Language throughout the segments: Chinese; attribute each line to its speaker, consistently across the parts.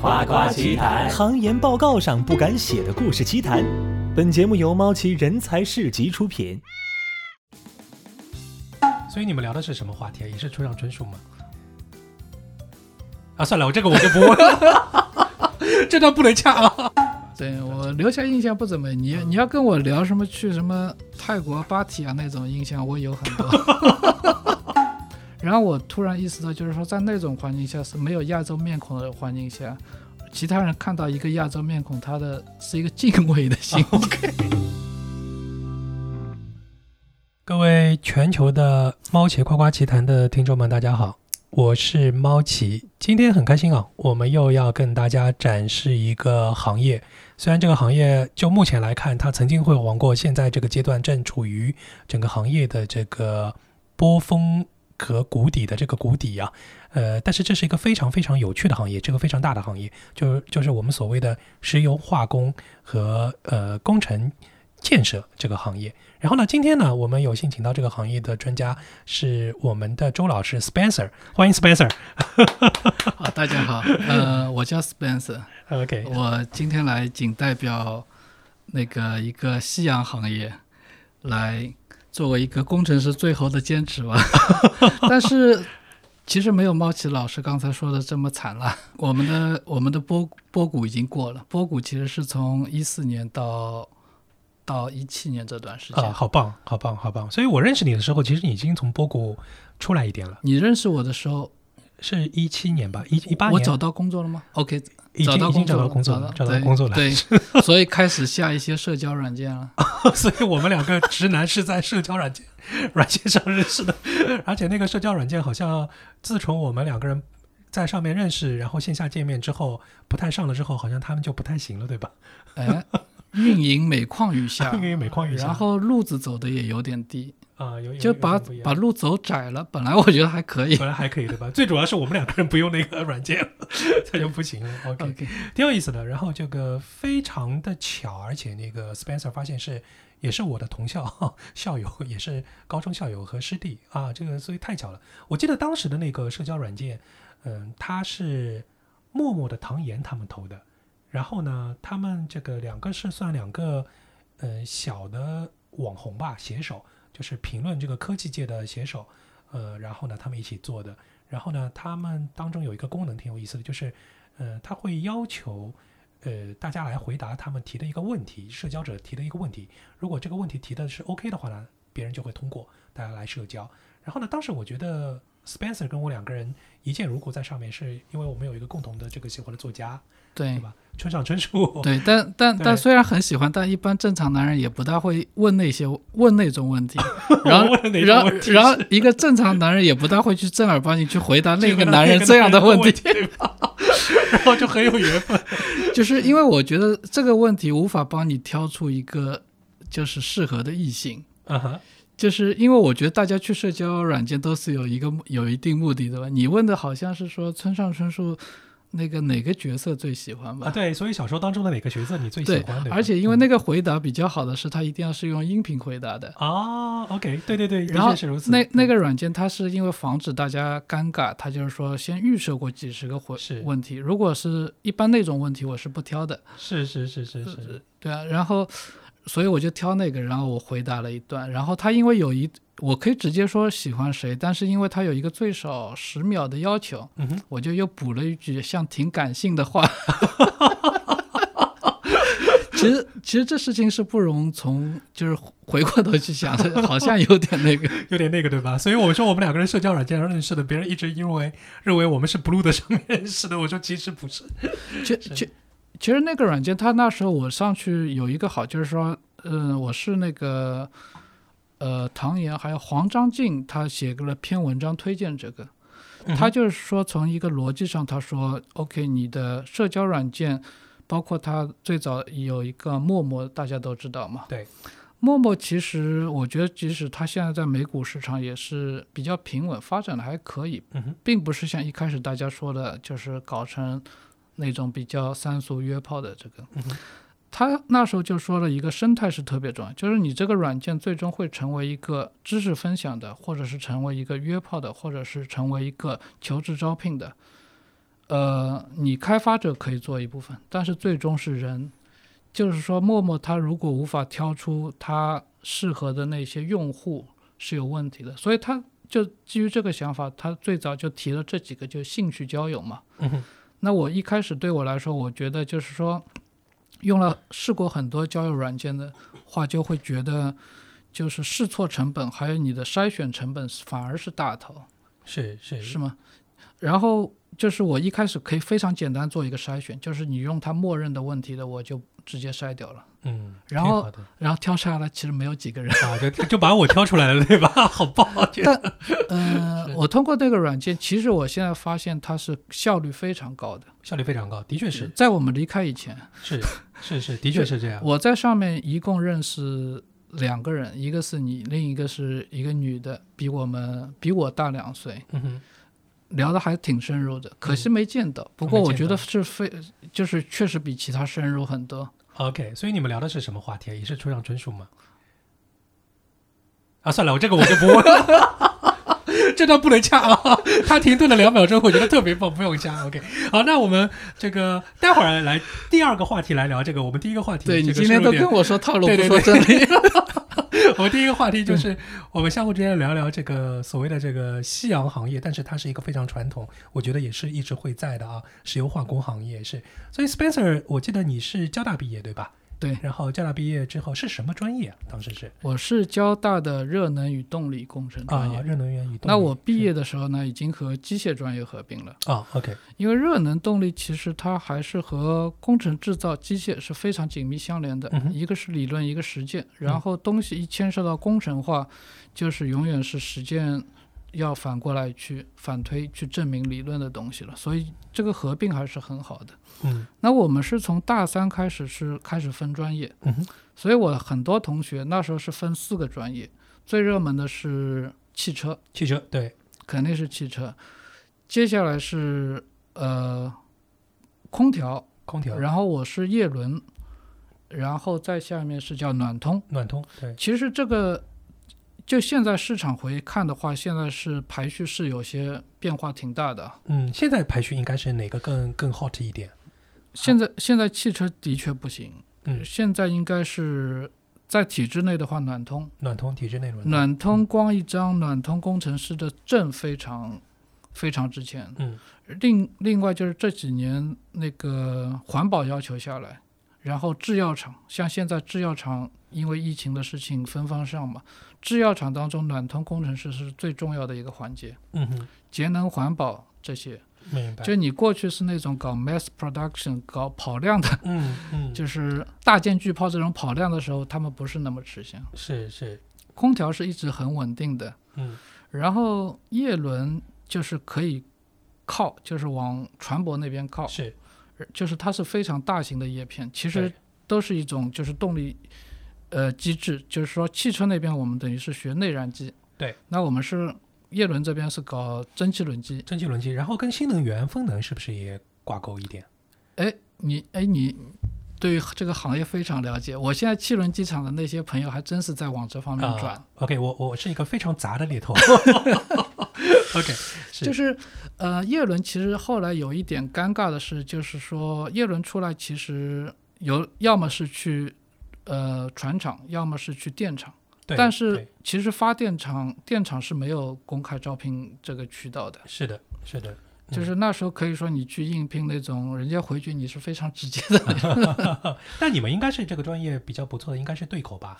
Speaker 1: 夸夸其谈
Speaker 2: 行研报告上不敢写的故事奇谈。本节目由猫奇人才市集出品。
Speaker 3: 所以你们聊的是什么话题啊？也是村上春树吗？啊，算了，我这个我就不问了，这段不能掐啊。
Speaker 4: 对我留下印象不怎么，你你要跟我聊什么去什么泰国芭提雅那种印象，我有很多。然后我突然意识到，就是说在那种环境下是没有亚洲面孔的环境下，其他人看到一个亚洲面孔，他的是一个敬畏的心。
Speaker 3: 各位全球的猫奇夸夸奇谈的听众们，大家好，我是猫奇。今天很开心啊，我们又要跟大家展示一个行业。虽然这个行业就目前来看，它曾经辉煌过，现在这个阶段正处于整个行业的这个波峰和谷底的这个谷底啊，呃，但是这是一个非常非常有趣的行业，这个非常大的行业，就是就是我们所谓的石油化工和呃工程建设这个行业。然后呢，今天呢，我们有幸请到这个行业的专家是我们的周老师 Spencer，欢迎 Spencer。
Speaker 4: 好，大家好，呃，我叫 Spencer，
Speaker 3: OK，啊
Speaker 4: 我今天来仅代表那个一个夕阳行业来作为一个工程师最后的坚持吧。 但是其实没有猫奇老师刚才说的这么惨了。我们的我们的波波谷已经过了，波谷其实是从一四年到到一七年这段时间。
Speaker 3: 啊，好棒，好棒，好棒！所以我认识你的时候，其实你已经从波谷出来一点了，
Speaker 4: 你认识我的时候，
Speaker 3: 是一七年吧，一一八
Speaker 4: 我
Speaker 3: 年，
Speaker 4: 找到工作了吗？OK，
Speaker 3: 已经
Speaker 4: 到
Speaker 3: 已经
Speaker 4: 工
Speaker 3: 找
Speaker 4: 作
Speaker 3: 到
Speaker 4: 了，
Speaker 3: 工作了，
Speaker 4: 找
Speaker 3: 找到工作了。
Speaker 4: 对，对所以开始下一些社交软件了。
Speaker 3: 所以我们两个直男是在社交软件软件上认识的，而且那个社交软件好像自从我们两个人在上面认识，然后线下见面之后不太上了之后，好像他们就不太行了，对吧？
Speaker 4: 哎，运营每况 愈下，
Speaker 3: 因为每况愈下，
Speaker 4: 然后路子走的也有点低，
Speaker 3: 啊、有有
Speaker 4: 就把
Speaker 3: 有点不一样
Speaker 4: 把路走窄了。本来我觉得还可 以。
Speaker 3: 本来还可以对吧？最主要是我们两个人不用那个软件了， 这就不行了。OK，
Speaker 4: OK，
Speaker 3: 挺有意思的。然后这个非常的巧，而且那个 Spencer 发现是也是我的同校 校友，也是高中校友和师弟啊，这个所以太巧了。我记得当时的那个社交软件，嗯，它是默默的唐岩他们投的，然后呢，他们这个两个是算两个呃小的网红吧，写手，就是评论这个科技界的写手，呃，然后呢，他们一起做的。然后呢，他们当中有一个功能挺有意思的，就是呃，他会要求呃大家来回答他们提的一个问题，社交者提的一个问题。如果这个问题提的是 OK 的话呢，别人就会通过，大家来社交。然后呢，当时我觉得 Spencer 跟我两个人一见如故在上面，是因为我们有一个共同的这个喜欢的作家，对
Speaker 4: 对
Speaker 3: 吧？村上春树。
Speaker 4: 对，但但
Speaker 3: 对
Speaker 4: 但虽然很喜欢，但一般正常男人也不大会问那些问那种 问题。然后
Speaker 3: 我问了哪种
Speaker 4: 然后
Speaker 3: 问题
Speaker 4: 然后一个正常男人也不大会去正儿八经去回答那
Speaker 3: 这
Speaker 4: 个男人这样的问
Speaker 3: 问
Speaker 4: 题。
Speaker 3: 题，对吧 然后就很有缘分。
Speaker 4: 就是因为我觉得这个问题无法帮你挑出一个就是适合的异性，
Speaker 3: 嗯哼，
Speaker 4: 就是因为我觉得大家去社交软件都是有一个有一定目的的吧。你问的好像是说村上春树那个哪个角色最喜欢吧？
Speaker 3: 啊，对，所以小说当中的哪个角色你最喜
Speaker 4: 对
Speaker 3: 欢？对吧
Speaker 4: 而且因为那个回答比较好的是，他一定要是用音频回答的。
Speaker 3: 啊，OK，对对对，的
Speaker 4: 然后
Speaker 3: 确是如此。
Speaker 4: 那那
Speaker 3: 对
Speaker 4: 个软件，它是因为防止大家尴尬，它就是说先预设过几十个回
Speaker 3: 是
Speaker 4: 问题。如果是一般那种问题，我是不挑的。
Speaker 3: 是是是是是，
Speaker 4: 对啊，然后所以我就挑那个，然后我回答了一段，然后他因为有一，我可以直接说喜欢谁，但是因为他有一个最少十秒的要求，
Speaker 3: 嗯哼，
Speaker 4: 我就又补了一句像挺感性的话。 其实，其实这事情是不容从就是回过头去想的，好像有点那个。
Speaker 3: 有点那个对吧？所以我说我们两个人社交软件上认识的，别人一直因为认为我们是 blue 的上面认识的，我说其实不是。
Speaker 4: 其其其实那个软件，它那时候我上去有一个好，就是说，嗯、我是那个呃唐岩还有黄章进，他写过了篇文章推荐这个。
Speaker 3: 嗯
Speaker 4: 他就是说，从一个逻辑上，他说，OK，你的社交软件，包括它最早有一个陌陌，大家都知道嘛。
Speaker 3: 对。
Speaker 4: 陌陌其实，我觉得即使它现在在美股市场也是比较平稳，发展的还可以，
Speaker 3: 嗯哼，
Speaker 4: 并不是像一开始大家说的，就是搞成那种比较三俗约炮的这个。
Speaker 3: 嗯哼
Speaker 4: 他那时候就说了一个生态是特别重要，就是你这个软件最终会成为一个知识分享的，或者是成为一个约炮的，或者是成为一个求职招聘的。呃，你开发者可以做一部分，但是最终是人，就是说陌陌它如果无法挑出它适合的那些用户是有问题的，所以它就基于这个想法，它最早就提了这几个，就兴趣交友嘛。
Speaker 3: 嗯哼
Speaker 4: 那我一开始对我来说，我觉得就是说，用了试过很多交友软件的话，就会觉得就是试错成本还有你的筛选成本反而是大头。
Speaker 3: 是是
Speaker 4: 是吗？然后就是我一开始可以非常简单做一个筛选，就是你用它默认的问题的，我就直接筛掉了。
Speaker 3: 嗯，
Speaker 4: 然
Speaker 3: 挺
Speaker 4: 后
Speaker 3: 好的。
Speaker 4: 然后挑下来其实没有几个人
Speaker 3: 啊，就就把我挑出来了，对吧？好棒，我觉得
Speaker 4: 嗯、我通过这个软件，其实我现在发现它是效率非常高的。
Speaker 3: 效率非常高，的确啊是
Speaker 4: 在我们离开以前，
Speaker 3: 是是是，的确是这样。
Speaker 4: 我在上面一共认识两个人，一个是你，另一个是一个女的，比我们比我大两岁。
Speaker 3: 嗯哼，嗯
Speaker 4: 聊的还挺深入的，可惜没见到。不
Speaker 3: 没
Speaker 4: 过我
Speaker 3: 见
Speaker 4: 觉
Speaker 3: 到
Speaker 4: 得是非，就是确实比其他深入很多。
Speaker 3: OK，所以你们聊的是什么话题？也是村上春树吗？啊，算了，我这个我就不问了， 这段不能掐啊。他停顿了两秒钟，我觉得特别棒，不用掐。OK，好，那我们这个待会儿来第二个话题来聊这个。我们第一个话题，
Speaker 4: 对
Speaker 3: 这
Speaker 4: 你
Speaker 3: 个
Speaker 4: 今天
Speaker 3: 深
Speaker 4: 都
Speaker 3: 入点
Speaker 4: 跟我说套路，
Speaker 3: 对对
Speaker 4: 不说真 理。
Speaker 3: 我们第一个话题就是我们相互之间聊聊这个所谓的这个夕阳行业，但是它是一个非常传统，我觉得也是一直会在的啊，石油化工行业也是。所以 Spencer，我记得你是交大毕业对吧？
Speaker 4: 对，
Speaker 3: 然后交大毕业之后是什么专业啊？当时是
Speaker 4: 我是交大的热能与动力工程专业。
Speaker 3: 啊，热能源与动力
Speaker 4: 那我毕业的时候呢，已经和机械专业合并了，
Speaker 3: 是啊，OK，
Speaker 4: 因为热能动力其实它还是和工程制造、机械是非常紧密相连的，
Speaker 3: 嗯哼
Speaker 4: 一个是理论，一个实践。
Speaker 3: 嗯
Speaker 4: 然后东西一牵涉到工程化，就是永远是实践要反过来去反推去证明理论的东西了，所以这个合并还是很好的。
Speaker 3: 嗯
Speaker 4: 那我们是从大三开始是开始分专业，
Speaker 3: 嗯哼
Speaker 4: 所以我很多同学那时候是分四个专业，最热门的是汽车，
Speaker 3: 汽车对，
Speaker 4: 肯定是汽车，接下来是呃空调，
Speaker 3: 空调
Speaker 4: 然后我是叶轮，然后再下面是叫暖通。
Speaker 3: 暖通对，
Speaker 4: 其实这个就现在市场回看的话，现在是排序是有些变化挺大的啊。
Speaker 3: 嗯，现在排序应该是哪个更更 hot 一点？
Speaker 4: 现在现在汽车的确不行，
Speaker 3: 嗯
Speaker 4: 现在应该是在体制内的话，暖通，
Speaker 3: 暖通体制内暖，
Speaker 4: 暖通光一张，暖通工程师的证非常非常值钱。
Speaker 3: 嗯，
Speaker 4: 另另外就是这几年那个环保要求下来，然后制药厂，像现在制药厂因为疫情的事情分方向嘛，制药厂当中暖通工程师是最重要的一个环节，
Speaker 3: 嗯哼，
Speaker 4: 节能环保这些。
Speaker 3: 明白，
Speaker 4: 就你过去是那种搞 mass production、搞跑量的，
Speaker 3: 嗯嗯，
Speaker 4: 就是大件巨炮这种跑量的时候，他们不是那么吃香。
Speaker 3: 是是，
Speaker 4: 空调是一直很稳定的，
Speaker 3: 嗯
Speaker 4: 然后叶轮就是可以靠，就是往船舶那边靠，
Speaker 3: 是，
Speaker 4: 就是它是非常大型的叶片，其实
Speaker 3: 对
Speaker 4: 都是一种就是动力呃机制，就是说汽车那边我们等于是学内燃机，
Speaker 3: 对，
Speaker 4: 那我们是叶轮这边是搞蒸汽轮机，
Speaker 3: 蒸汽轮机，然后跟新能源、风能是不是也挂钩一点？
Speaker 4: 哎，你哎你。对于这个行业非常了解，我现在汽轮机厂的那些朋友还真是在往这方面转，
Speaker 3: 啊 OK，我我是一个非常杂的猎 头。OK，是
Speaker 4: 就是，呃，叶伦其实后来有一点尴尬的是，就是说叶伦出来其实有要么是去呃船厂，要么是去电厂，
Speaker 3: 对，
Speaker 4: 但
Speaker 3: 对
Speaker 4: 是其实发电厂电厂是没有公开招聘这个渠道的。
Speaker 3: 是的，是的，
Speaker 4: 就
Speaker 3: 嗯
Speaker 4: 是那时候可以说你去应聘那种，人家回绝你是非常直接
Speaker 3: 嗯
Speaker 4: 的。
Speaker 3: 但你们应该是这个专业比较不错的，应该是对口吧？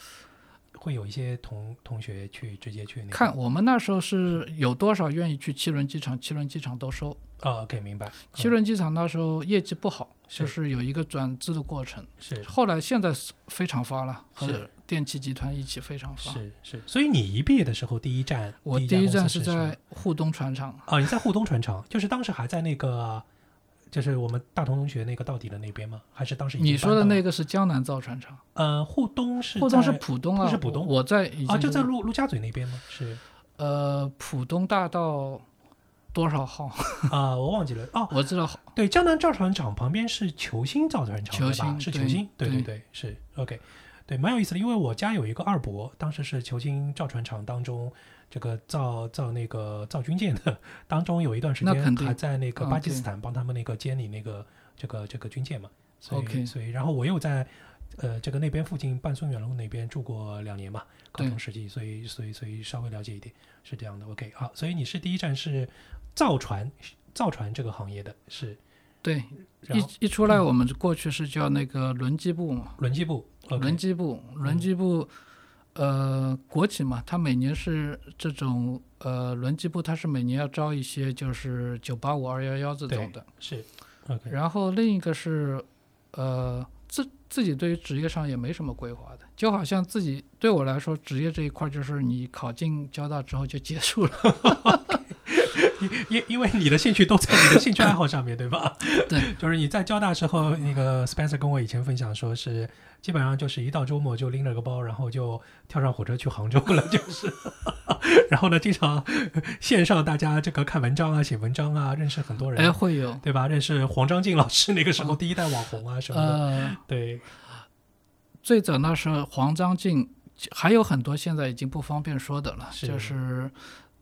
Speaker 3: 会有一些同同学去直接去那个
Speaker 4: 看我们那时候是有多少愿意去汽轮机厂，汽轮机厂都收。
Speaker 3: 啊，OK，明白。
Speaker 4: 汽
Speaker 3: 嗯
Speaker 4: 轮机厂那时候业绩不好，就是是有一个转资的过程。
Speaker 3: 嗯是
Speaker 4: 后来现在是非常发了，和
Speaker 3: 是
Speaker 4: 电器集团一起非常发。
Speaker 3: 是是，所以你一毕业的时候，第一站
Speaker 4: 我
Speaker 3: 第
Speaker 4: 第一
Speaker 3: 家公
Speaker 4: 站
Speaker 3: 司
Speaker 4: 是
Speaker 3: 什么
Speaker 4: 在沪东船厂，
Speaker 3: 啊，你在沪东船厂，就是当时还在那个，就是我们大同同学那个到底的那边吗？还是当时已经
Speaker 4: 你说的
Speaker 3: 搬到
Speaker 4: 那个是江南造船厂，
Speaker 3: 呃沪东是
Speaker 4: 沪东是
Speaker 3: 在
Speaker 4: 浦东
Speaker 3: 不
Speaker 4: 啊，
Speaker 3: 是浦东
Speaker 4: 我在已经
Speaker 3: 啊，就是在陆陆家嘴那边吗？ 是
Speaker 4: 呃浦东大道多少号？
Speaker 3: 啊，我忘记了哦，
Speaker 4: 我知道
Speaker 3: 对，江南造船厂旁边是球星造船厂，
Speaker 4: 球
Speaker 3: 对吧？
Speaker 4: 星
Speaker 3: 是
Speaker 4: 对
Speaker 3: 球星，对对
Speaker 4: 对
Speaker 3: 对，是 OK，对，蛮有意思的。因为我家有一个二伯，当时是球星造船厂当中这个造造那个造军舰的，当中有一段时
Speaker 4: 那肯
Speaker 3: 间
Speaker 4: 定
Speaker 3: 还在那个
Speaker 4: 啊
Speaker 3: 巴基斯
Speaker 4: 对
Speaker 3: 坦帮他们那个监理那个这个这个军舰嘛。所以
Speaker 4: OK
Speaker 3: 所以然后我又在呃这个那边附近半松园路那边住过两年嘛，高
Speaker 4: 对
Speaker 3: 中时期，所以所以所以稍微了解一点，是这样的。OK，好，所以你是第一站是造船造船这个行业的是，
Speaker 4: 对，
Speaker 3: 然后
Speaker 4: 一一出来我们过去是叫那个轮机部嘛，
Speaker 3: 轮机部，OK，嗯
Speaker 4: 轮机部，轮机部，呃，国企嘛，它每年是这种呃轮机部，它是每年要招一些就是九八五、二幺幺这种的。
Speaker 3: 是 OK，
Speaker 4: 然后另一个是，呃，自自己对于职业上也没什么规划的，就好像自己对我来说，职业这一块就是你考进交大之后就结束了。
Speaker 3: 因 因为你的兴趣都在你的兴趣爱好上面，对吧？
Speaker 4: 对，
Speaker 3: 就是你在交大时候，那个 Spencer 跟我以前分享说是，基本上就是一到周末就拎了个包，然后就跳上火车去杭州了， 就是。然后呢，经常线上大家这个看文章啊、写文章啊，认识很多人，
Speaker 4: 哎，会有，
Speaker 3: 对吧？认识黄章进老师那个时候第一代网红啊什么的，
Speaker 4: 呃，
Speaker 3: 对，
Speaker 4: 最早那时候黄章进，还有很多现在已经不方便说的了，
Speaker 3: 是
Speaker 4: 就是。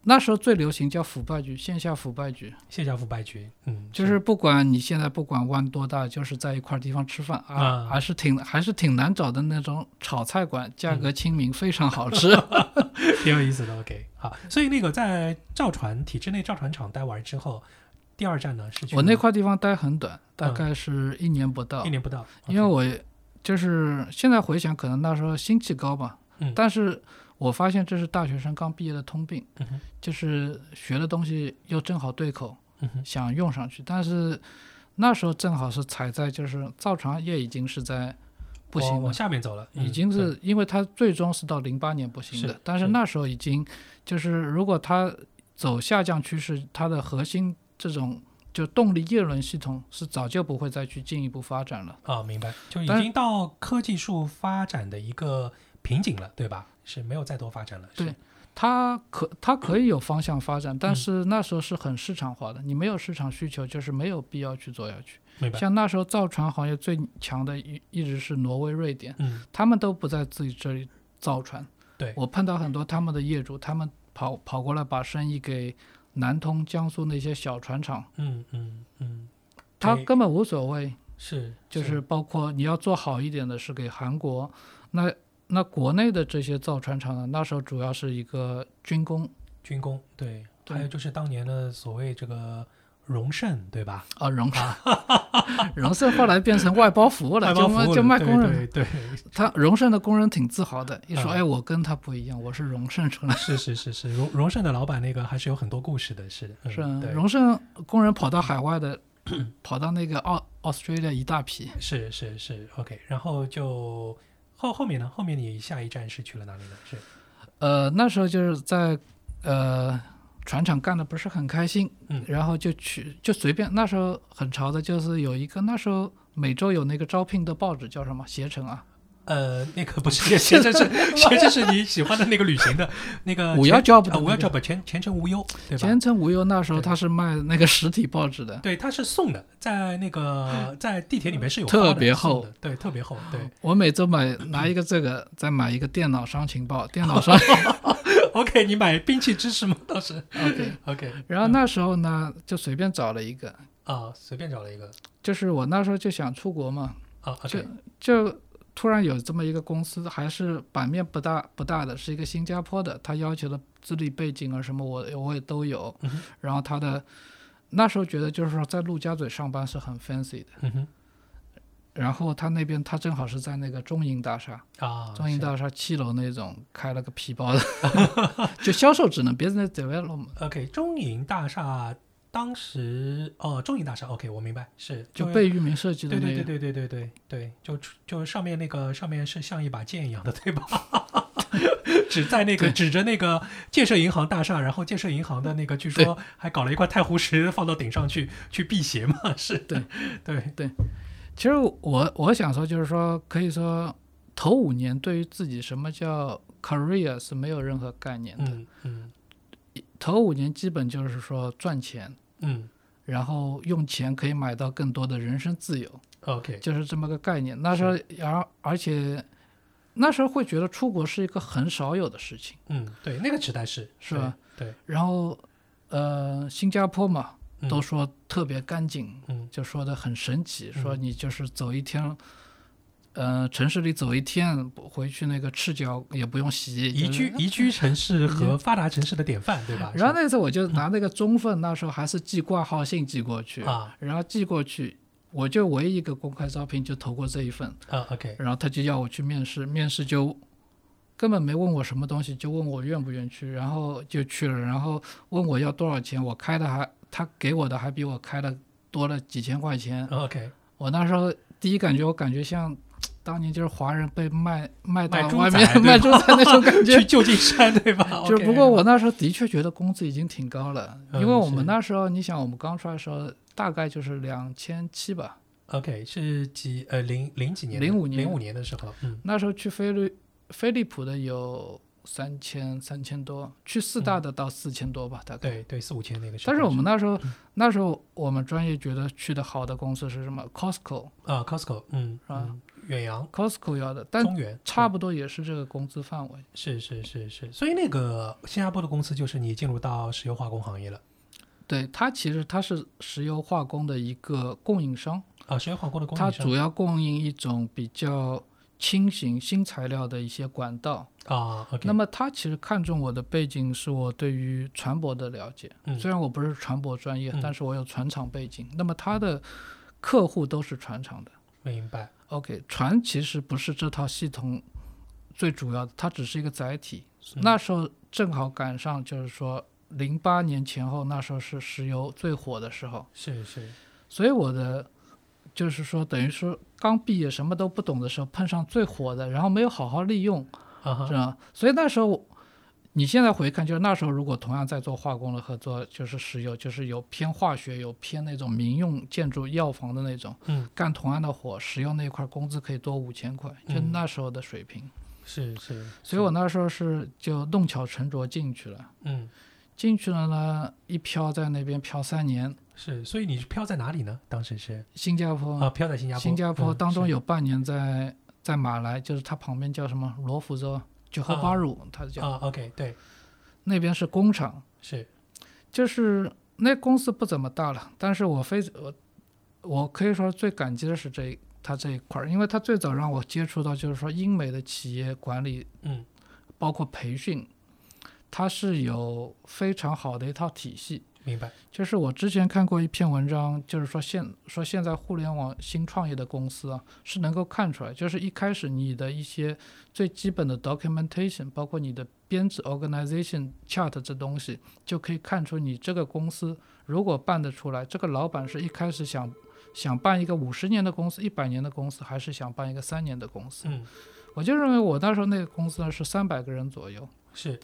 Speaker 4: 那时候最流行叫腐败局，线下腐败局，
Speaker 3: 线下腐败局，嗯，
Speaker 4: 就是不管你现在不管湾多大，就是在一块地方吃饭啊，
Speaker 3: 啊
Speaker 4: 还是挺还是挺难找的那种炒菜馆，
Speaker 3: 嗯
Speaker 4: 价格亲民，非常好 吃。
Speaker 3: 挺有意思的。OK，好，所以那个在造船体制内造船厂待完之后，第二站呢是去
Speaker 4: 我那块地方待很短，大
Speaker 3: 嗯
Speaker 4: 概是一年不到，
Speaker 3: 一年不到，
Speaker 4: 因为我就是现在回想，可能那时候心气高吧，
Speaker 3: 嗯
Speaker 4: 但是我发现这是大学生刚毕业的通病，
Speaker 3: 嗯哼
Speaker 4: 就是学的东西又正好对口，
Speaker 3: 嗯哼
Speaker 4: 想用上去，但是那时候正好是踩在就是造船业已经是在不行
Speaker 3: 往
Speaker 4: 了
Speaker 3: 往。下面走了，
Speaker 4: 已
Speaker 3: 嗯
Speaker 4: 经
Speaker 3: 对
Speaker 4: 是因为它最终是到零八年不行的
Speaker 3: 是，
Speaker 4: 但是
Speaker 3: 是
Speaker 4: 那时候已经就是如果它走下降趋势，它的核心这种就动力叶轮系统是早就不会再去进一步发展了。
Speaker 3: 啊，明白，就已
Speaker 4: 但是
Speaker 3: 经到科技树发展的一个瓶颈了，对吧？是没有再多发展了，是
Speaker 4: 对它可它可以有方向发展，但是那时候是很市场化的，你没有市场需求，就是没有必要去做下去。
Speaker 3: 明白，
Speaker 4: 像那时候造船行业最强的一一直是挪威、瑞典，
Speaker 3: 嗯，
Speaker 4: 他们都不在自己这里造船。
Speaker 3: 对
Speaker 4: 我碰到很多他们的业主，他们跑跑过来把生意给南通、江苏那些小船厂，
Speaker 3: 嗯嗯嗯，
Speaker 4: 他
Speaker 3: 对
Speaker 4: 根本无所谓。
Speaker 3: 是
Speaker 4: 就是包括你要做好一点的是给韩国，那那国内的这些造船厂呢，那时候主要是一个军工
Speaker 3: 军工，对，
Speaker 4: 对
Speaker 3: 还有就是当年的所谓这个荣盛，对吧？
Speaker 4: 啊，荣 盛，荣盛后来变成外包服务了，
Speaker 3: 外包服务
Speaker 4: 就
Speaker 3: 了
Speaker 4: 卖就卖
Speaker 3: 对
Speaker 4: 工人。
Speaker 3: 对对，
Speaker 4: 他荣盛的工人挺自豪的，一说、
Speaker 3: 啊
Speaker 4: 哎，我跟他不一样，我是荣盛出来的。
Speaker 3: 是是是是，荣荣盛的老板那个还是有很多故事的，是的，嗯
Speaker 4: 是啊
Speaker 3: 对，
Speaker 4: 荣盛工人跑到海外的， 跑到那个澳 Australia 一大批。
Speaker 3: 是是是，OK，然后就后后面呢？后面你下一站是去了哪里呢？是，
Speaker 4: 呃，那时候就是在呃船厂干的不是很开心，
Speaker 3: 嗯
Speaker 4: 然后就去就随便。那时候很潮的就是有一个那时候每周有那个招聘的报纸叫什么携程啊，
Speaker 3: 呃，那个不 是，前阵是前阵是你喜欢的那个旅行的那个
Speaker 4: 五幺 job 的
Speaker 3: 啊，五幺
Speaker 4: 那个
Speaker 3: job 前前程无忧，对吧
Speaker 4: 前？程无忧那时候
Speaker 3: 对
Speaker 4: 他是卖那个实体报纸的。
Speaker 3: 对，它是送的，在那 个在地铁里面是有
Speaker 4: 特
Speaker 3: 发的
Speaker 4: 别
Speaker 3: 送
Speaker 4: 厚
Speaker 3: 的，对，特别厚，对。
Speaker 4: 我每周买拿一个这个，再买一个电脑商情 报，电脑商
Speaker 3: OK，你买兵器知识吗？当时
Speaker 4: OK。
Speaker 3: OK
Speaker 4: 然后那时候呢，就随便找了一个，
Speaker 3: 啊，随便找了一个
Speaker 4: 就是我那时候就想出国嘛，
Speaker 3: 啊
Speaker 4: 就
Speaker 3: ，OK，
Speaker 4: 就突然有这么一个公司，还是版面不大不大的，是一个新加坡的，他要求的资历背景啊什么我我也都有，
Speaker 3: 嗯哼
Speaker 4: 然后他的那时候觉得就是说在陆家嘴上班是很 fancy 的，
Speaker 3: 嗯哼
Speaker 4: 然后他那边他正好是在那个中银大厦，
Speaker 3: 啊，
Speaker 4: 中银
Speaker 3: 是
Speaker 4: 大厦七楼那种开了个皮包的， 就销售职能，business development。
Speaker 3: OK 中银大厦当时哦，中银大厦 OK，我明白是
Speaker 4: 就
Speaker 3: 被。
Speaker 4: 被域名设计的
Speaker 3: 哦对
Speaker 4: 那
Speaker 3: 对
Speaker 4: 个，
Speaker 3: 对对对对对对，就出就上面那个上面是像一把剑一样的，对吧？ 指在那个
Speaker 4: 对
Speaker 3: 指着那个建设银行大厦，然后建设银行的那个，据说还搞了一块太湖石放到顶上去去辟邪嘛，是
Speaker 4: 对
Speaker 3: 对，
Speaker 4: 其实我我想说，就是说，可以说头五年对于自己什么叫 career 是没有任何概念的。
Speaker 3: 嗯嗯
Speaker 4: 头五年基本就是说赚钱，
Speaker 3: 嗯
Speaker 4: 然后用钱可以买到更多的人生自由，
Speaker 3: ，OK，
Speaker 4: 就是这么个概念。那时候，而而且那时候会觉得出国是一个很少有的事情，
Speaker 3: 嗯，对，那个时代是
Speaker 4: 是吧？
Speaker 3: 对，对
Speaker 4: 然后呃，新加坡嘛，
Speaker 3: 嗯
Speaker 4: 都说特别干净，
Speaker 3: 嗯
Speaker 4: 就说的很神奇，
Speaker 3: 嗯
Speaker 4: 说你就是走一天，呃，城市里走一天，回去那个赤脚也不用洗，
Speaker 3: 宜
Speaker 4: 就是
Speaker 3: 居宜居城市和发达城市的典范，对吧？
Speaker 4: 然后那次我就拿那个中份，那时候还是寄挂号信寄过去，
Speaker 3: 是啊
Speaker 4: 然后寄过去，我就唯一一个公开招聘就投过这一份，
Speaker 3: 啊，OK，
Speaker 4: 然后他就要我去面试，面试就根本没问我什么东西，就问我愿不愿意去，然后就去了，然后问我要多少钱，我开的还他给我的还比我开的多了几千块钱，
Speaker 3: 啊 OK，
Speaker 4: 我那时候第一感觉我感觉像当年就是华人被卖卖到
Speaker 3: 卖猪
Speaker 4: 外
Speaker 3: 仔
Speaker 4: 面
Speaker 3: 对吧
Speaker 4: 卖猪仔那种感觉
Speaker 3: 去，旧金山对吧？
Speaker 4: 就
Speaker 3: OK
Speaker 4: 是不过我那时候的确觉得工资已经挺高了，
Speaker 3: 嗯
Speaker 4: 因为我
Speaker 3: 是
Speaker 4: 们那时候，你想我们刚出来的时候，大概就是两千七吧。
Speaker 3: OK 是几呃零零几年的
Speaker 4: 05年
Speaker 3: 零五年的时候，嗯
Speaker 4: 那时候去菲律菲利普的有三千三千多，去四大的到四千多吧，大
Speaker 3: 嗯
Speaker 4: 概。
Speaker 3: 对嗯对四五千那个时候，
Speaker 4: 但是我们那时候，那时候我们专业觉得去的好的公司是什么？Costco，Costco
Speaker 3: 啊 Costco 嗯
Speaker 4: 啊
Speaker 3: 嗯远洋
Speaker 4: 要的，但
Speaker 3: 中原嗯
Speaker 4: 差不多也是这个工资范围。
Speaker 3: 是是是是，所以那个新加坡的公司就是你进入到石油化工行业了
Speaker 4: 对，它其实它是石油化工的一个供应商。
Speaker 3: 啊，石油化工的供
Speaker 4: 它
Speaker 3: 应商
Speaker 4: 主要供应一种比较轻型新材料的一些管道。
Speaker 3: 啊，OK，
Speaker 4: 那么它其实看中我的背景是我对于船舶的了解，
Speaker 3: 嗯
Speaker 4: 虽然我不是船舶专业，
Speaker 3: 嗯
Speaker 4: 但是我有船厂背景。那么它的客户都是船厂的。
Speaker 3: 明白
Speaker 4: OK，船其实不是这套系统最主要的，它只是一个载体。
Speaker 3: 嗯
Speaker 4: 那时候正好赶上，就是说零八年前后，那时候是石油最火的时候。
Speaker 3: 是是
Speaker 4: 所以我的就是说，等于说刚毕业什么都不懂的时候，碰上最火的，然后没有好好利用，
Speaker 3: 啊
Speaker 4: 是
Speaker 3: 哈
Speaker 4: 吧？所以那时候，你现在回看，就是那时候如果同样在做化工的合作，就是石油，就是有偏化学，有偏那种民用建筑、药房的那种，
Speaker 3: 嗯
Speaker 4: 干同样的活，石油那块工资可以多五千块，就
Speaker 3: 嗯
Speaker 4: 那时候的水平。
Speaker 3: 是是，
Speaker 4: 所以我那时候是就弄巧成拙进去了，
Speaker 3: 嗯
Speaker 4: 进去了呢，一漂在那边漂三年，
Speaker 3: 是，所以你是漂在哪里呢？当时是
Speaker 4: 新加坡
Speaker 3: 啊，漂在新加坡，
Speaker 4: 哦新加坡
Speaker 3: 嗯
Speaker 4: 当中
Speaker 3: 是
Speaker 4: 有半年在在马来，就是它旁边叫什么罗浮州九后巴乳，它叫、
Speaker 3: 啊，OK 对
Speaker 4: 那边是工厂，
Speaker 3: 是
Speaker 4: 就是那公司不怎么大了，但是我非我我可以说最感激的是这一它这一块儿，因为它最早让我接触到就是说英美的企业管理，
Speaker 3: 嗯，
Speaker 4: 包括培训，它是有非常好的一套体系。
Speaker 3: 明白
Speaker 4: 就是我之前看过一篇文章，就是说现说现在互联网新创业的公司啊，是能够看出来，就是一开始你的一些最基本的 documentation，包括你的编制 organization chart 这东西，就可以看出你这个公司如果办得出来，这个老板是一开始想想办一个五十年的公司、一百年的公司，还是想办一个三年的公司。
Speaker 3: 嗯
Speaker 4: 我就认为我那时候那个公司呢是三百个人左右，
Speaker 3: 是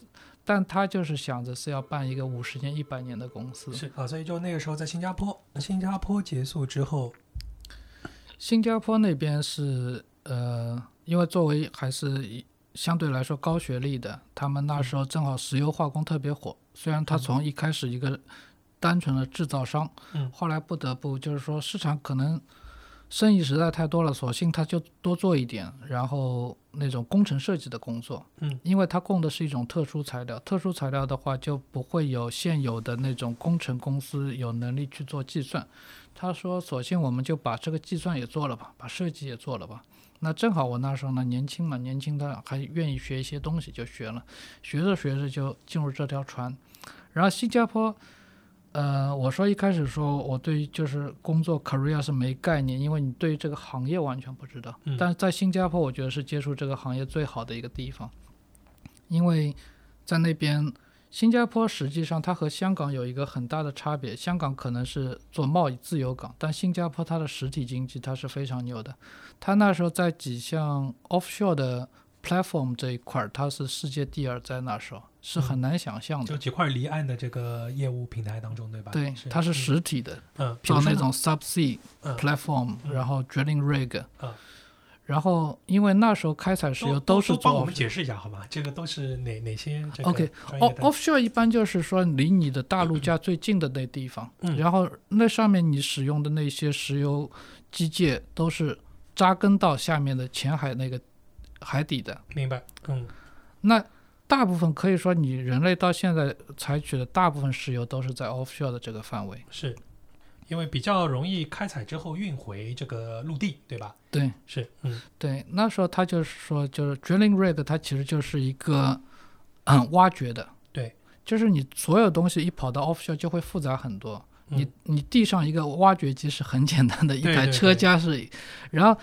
Speaker 4: 但他就是想着是要办一个五十年、一百年的公司。
Speaker 3: 是啊，所以就那个时候在新加坡，呃新加坡结束之后，
Speaker 4: 新加坡那边是呃，因为作为还是以相对来说高学历的，他们那时候正好石油化工特别火，虽然它从一开始一个单纯的制造商，
Speaker 3: 嗯
Speaker 4: 后来不得不就是说市场可能生意实在太多了，索性他就多做一点，然后那种工程设计的工作，
Speaker 3: 嗯，
Speaker 4: 因为它供的是一种特殊材料，特殊材料的话就不会有现有的那种工程公司有能力去做计算。他说，索性我们就把这个计算也做了吧，把设计也做了吧。那正好我那时候呢年轻嘛，年轻的还愿意学一些东西，就学了，学着学着就进入这条船。然后新加坡，呃，我说一开始说我对于就是工作 career 是没概念，因为你对于这个行业完全不知道。
Speaker 3: 嗯
Speaker 4: 但是在新加坡，我觉得是接触这个行业最好的一个地方，因为在那边。新加坡实际上它和香港有一个很大的差别，香港可能是做贸易自由港，但新加坡它的实体经济它是非常牛的，它那时候在几项 offshore 的 platform 这一块儿，它是世界第二，在那时候是很难想象的。
Speaker 3: 嗯就几块离岸的这个业务平台当中，对吧？
Speaker 4: 对，它是
Speaker 3: 嗯
Speaker 4: 实体的，
Speaker 3: 嗯，比
Speaker 4: 做
Speaker 3: 如
Speaker 4: 那
Speaker 3: 说
Speaker 4: 种 subsea
Speaker 3: 嗯
Speaker 4: platform，、
Speaker 3: 嗯
Speaker 4: 然后 drilling rig，、
Speaker 3: 嗯
Speaker 4: 然后因为那时候开采石油
Speaker 3: 都
Speaker 4: 是
Speaker 3: 都帮我
Speaker 4: 做
Speaker 3: 们解释一下好吗？这个都是哪哪些这个
Speaker 4: OK，哦
Speaker 3: 专业
Speaker 4: off
Speaker 3: 的
Speaker 4: offshore 一般就是说离你的大陆架最近的那地方，
Speaker 3: 嗯
Speaker 4: 然后那上面你使用的那些石油机械都是扎根到下面的浅海那个海底的。
Speaker 3: 明白，嗯，
Speaker 4: 那大部分可以说，你人类到现在采取的大部分石油都是在 offshore 的这个范围。
Speaker 3: 是，因为比较容易开采之后运回这个陆地，对吧？
Speaker 4: 对
Speaker 3: 是，嗯，
Speaker 4: 对，那时候他就是说，就是 drilling rig，它其实就是一个、嗯、挖掘的。
Speaker 3: 对，
Speaker 4: 就是你所有东西一跑到 offshore 就会复杂很多。你
Speaker 3: 嗯
Speaker 4: 你地上一个挖掘机是很简单的，一
Speaker 3: 对
Speaker 4: 台
Speaker 3: 对
Speaker 4: 车
Speaker 3: 对
Speaker 4: 架是，然后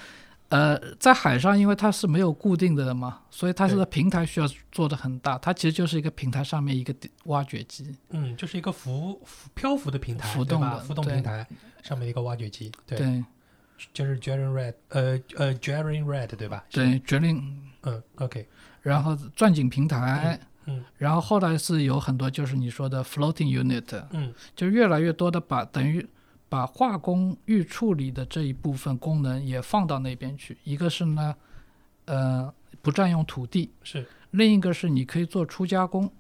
Speaker 4: 呃，在海上因为它是没有固定的嘛，所以它
Speaker 3: 对
Speaker 4: 的平台需要做的很大，它其实就是一个平台上面一个地挖掘机。
Speaker 3: 嗯，就是一个浮浮漂浮的平台，
Speaker 4: 浮
Speaker 3: 对
Speaker 4: 动
Speaker 3: 吧
Speaker 4: 的
Speaker 3: 浮动
Speaker 4: 对
Speaker 3: 平台上面的一个挖掘机，对，
Speaker 4: 对
Speaker 3: 就是 Jerry Red，呃呃 Jerry Red 对吧？是，
Speaker 4: 对，决定
Speaker 3: 嗯，OK，
Speaker 4: 然后钻井平台，
Speaker 3: 嗯嗯
Speaker 4: 然后后来是有很多就是你说的 floating unit，
Speaker 3: 嗯，
Speaker 4: 就越来越多的把等于把化工预处理的这一部分功能也放到那边去。一个是呢，呃，不占用土地；
Speaker 3: 是
Speaker 4: 另一个是你可以做初加工，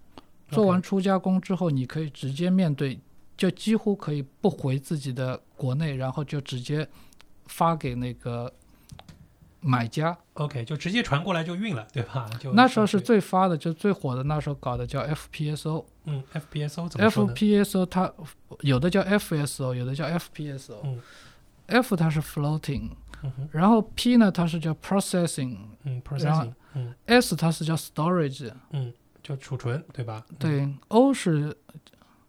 Speaker 4: 做
Speaker 3: OK
Speaker 4: 完初加工之后，你可以直接面对，就几乎可以不回自己的国内，然后就直接发给那个买家。
Speaker 3: OK，就直接传过来就运了，对吧？就
Speaker 4: 那时候是
Speaker 3: 上去
Speaker 4: 最发的，就最火的，那时候搞的叫 FPSO。
Speaker 3: 嗯 FPSO 怎么说呢
Speaker 4: FPSO 哦它有的叫 FSO，有的叫 FPSO。
Speaker 3: 嗯
Speaker 4: 哦 F 它是 floating，
Speaker 3: 嗯哼
Speaker 4: 然后 P 呢它是叫 processing，S
Speaker 3: 嗯
Speaker 4: 然后
Speaker 3: processing，嗯
Speaker 4: 它是叫 storage，
Speaker 3: 嗯，就储存对吧？嗯，
Speaker 4: 对、o 是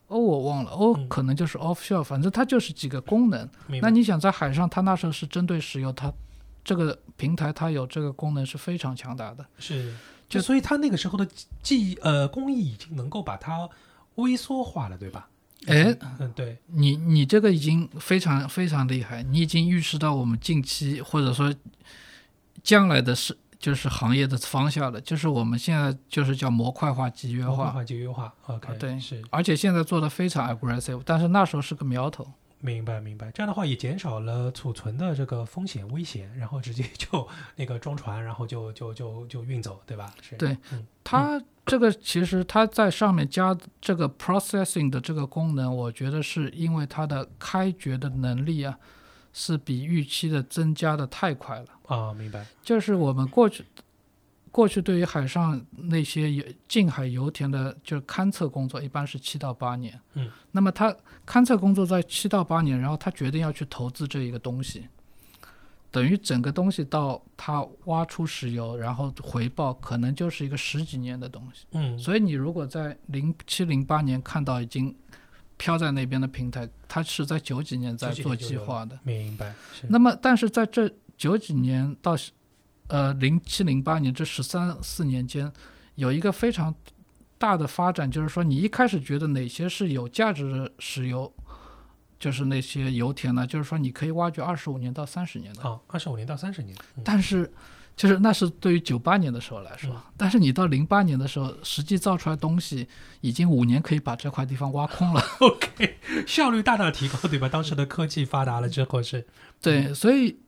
Speaker 4: O 我忘了，O
Speaker 3: 嗯
Speaker 4: 可能就是 offshore，、反正它就是几个功能。
Speaker 3: 明白
Speaker 4: 那你想在海上，它那时候是针对石油，它这个平台它有这个功能是非常强大的。
Speaker 3: 是，就
Speaker 4: 就
Speaker 3: 所以他那个时候的技呃工艺已经能够把它微缩化了，对吧？
Speaker 4: 哎，
Speaker 3: 嗯，对，
Speaker 4: 你你这个已经非常非常厉害，你已经预示到我们近期或者说将来的是就是行业的方向了，就是我们现在就是叫模块化、集约
Speaker 3: 优化
Speaker 4: 化，
Speaker 3: 就优化，OK，、
Speaker 4: 啊对
Speaker 3: 是
Speaker 4: 而且现在做的非常 aggressive，但是那时候是个苗头。
Speaker 3: 明白明白。这样的话也减少了储存的这个风险危险，然后直接就那个装船，然后就就就就运走，对吧？是，
Speaker 4: 对
Speaker 3: 嗯
Speaker 4: 它这个其实它在上面加这个 processing 的这个功能，我觉得是因为它的开掘的能力啊，是比预期的增加的太快了。
Speaker 3: 啊，明白，
Speaker 4: 就是我们过去过去对于海上那些游近海油田的，就是勘测工作，一般是七到八年。
Speaker 3: 嗯，
Speaker 4: 那么他勘测工作在七到八年，然后他决定要去投资这一个东西，等于整个东西到他挖出石油，然后回报可能就是一个十几年的东西。
Speaker 3: 嗯，
Speaker 4: 所以你如果在零七零八年看到已经飘在那边的平台，它是在九几年在
Speaker 3: 九几
Speaker 4: 做
Speaker 3: 年就
Speaker 4: 计
Speaker 3: 有了
Speaker 4: 划的。
Speaker 3: 明白，是，
Speaker 4: 那么，但是在这九几年到是呃零七零八年这十三四年间，有一个非常大的发展，就是说你一开始觉得哪些是有价值的石油，就是那些油田呢，就是说你可以挖掘二十五年到三十年的，
Speaker 3: 啊，二十五年到三十年，嗯
Speaker 4: 但是。就是那是对于九八年的时候来说，但是你到零八年的时候，实际造出来东西已经五年可以把这块地方挖空了。
Speaker 3: OK，效率大大提高，对吧？当时的科技发达了之后是，嗯
Speaker 4: 对，所以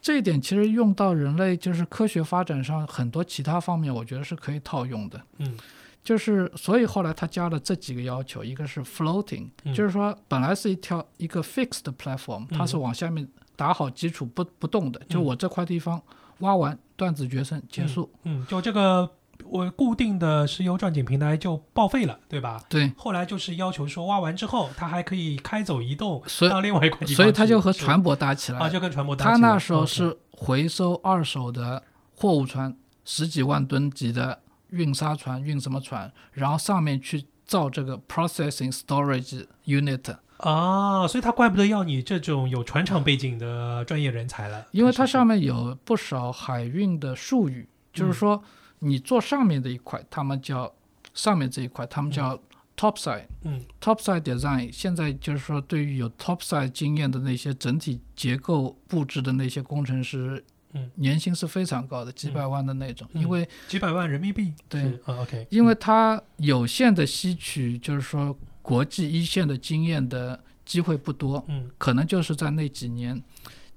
Speaker 4: 这一点其实用到人类就是科学发展上很多其他方面，我觉得是可以套用的。
Speaker 3: 嗯，
Speaker 4: 就是所以后来他加了这几个要求，一个是 floating，、
Speaker 3: 嗯
Speaker 4: 就是说本来是一条一个 fixed platform，它是往下面打好基础不不动的，就
Speaker 3: 嗯
Speaker 4: 我这块地方挖完断子绝孙结束。
Speaker 3: 嗯，就这个我固定的石油钻井平台就报废了，对吧？
Speaker 4: 对，
Speaker 3: 后来就是要求说挖完之后，它还可以开走移动
Speaker 4: 所以
Speaker 3: 到另外一块地方去，
Speaker 4: 所以它就和
Speaker 3: 是
Speaker 4: 船舶搭起来了。
Speaker 3: 啊，就跟船舶搭
Speaker 4: 他
Speaker 3: 起来
Speaker 4: 那时候
Speaker 3: OK
Speaker 4: 是回收二手的货物船，十几万吨级的运沙船、运什么船，然后上面去造这个 processing storage unit，
Speaker 3: 啊，所以他怪不得要你这种有船厂背景的专业人才了，
Speaker 4: 因为它
Speaker 3: 是嗯
Speaker 4: 上面有不少海运的术语，就是说你做上面的一块，他们叫上面这一块，他们叫 topside。
Speaker 3: 嗯
Speaker 4: Topside design 现在就是说，对于有 Topside 经验的那些整体结构布置的那些工程师，
Speaker 3: 嗯，
Speaker 4: 年薪是非常高的，几百万的那种，
Speaker 3: 嗯
Speaker 4: 因为
Speaker 3: 几百万人民币，
Speaker 4: 对
Speaker 3: 是啊，OK，
Speaker 4: 因为它有限的吸取，就是说国际一线的经验的机会不多，
Speaker 3: 嗯
Speaker 4: 可能就是在那几年，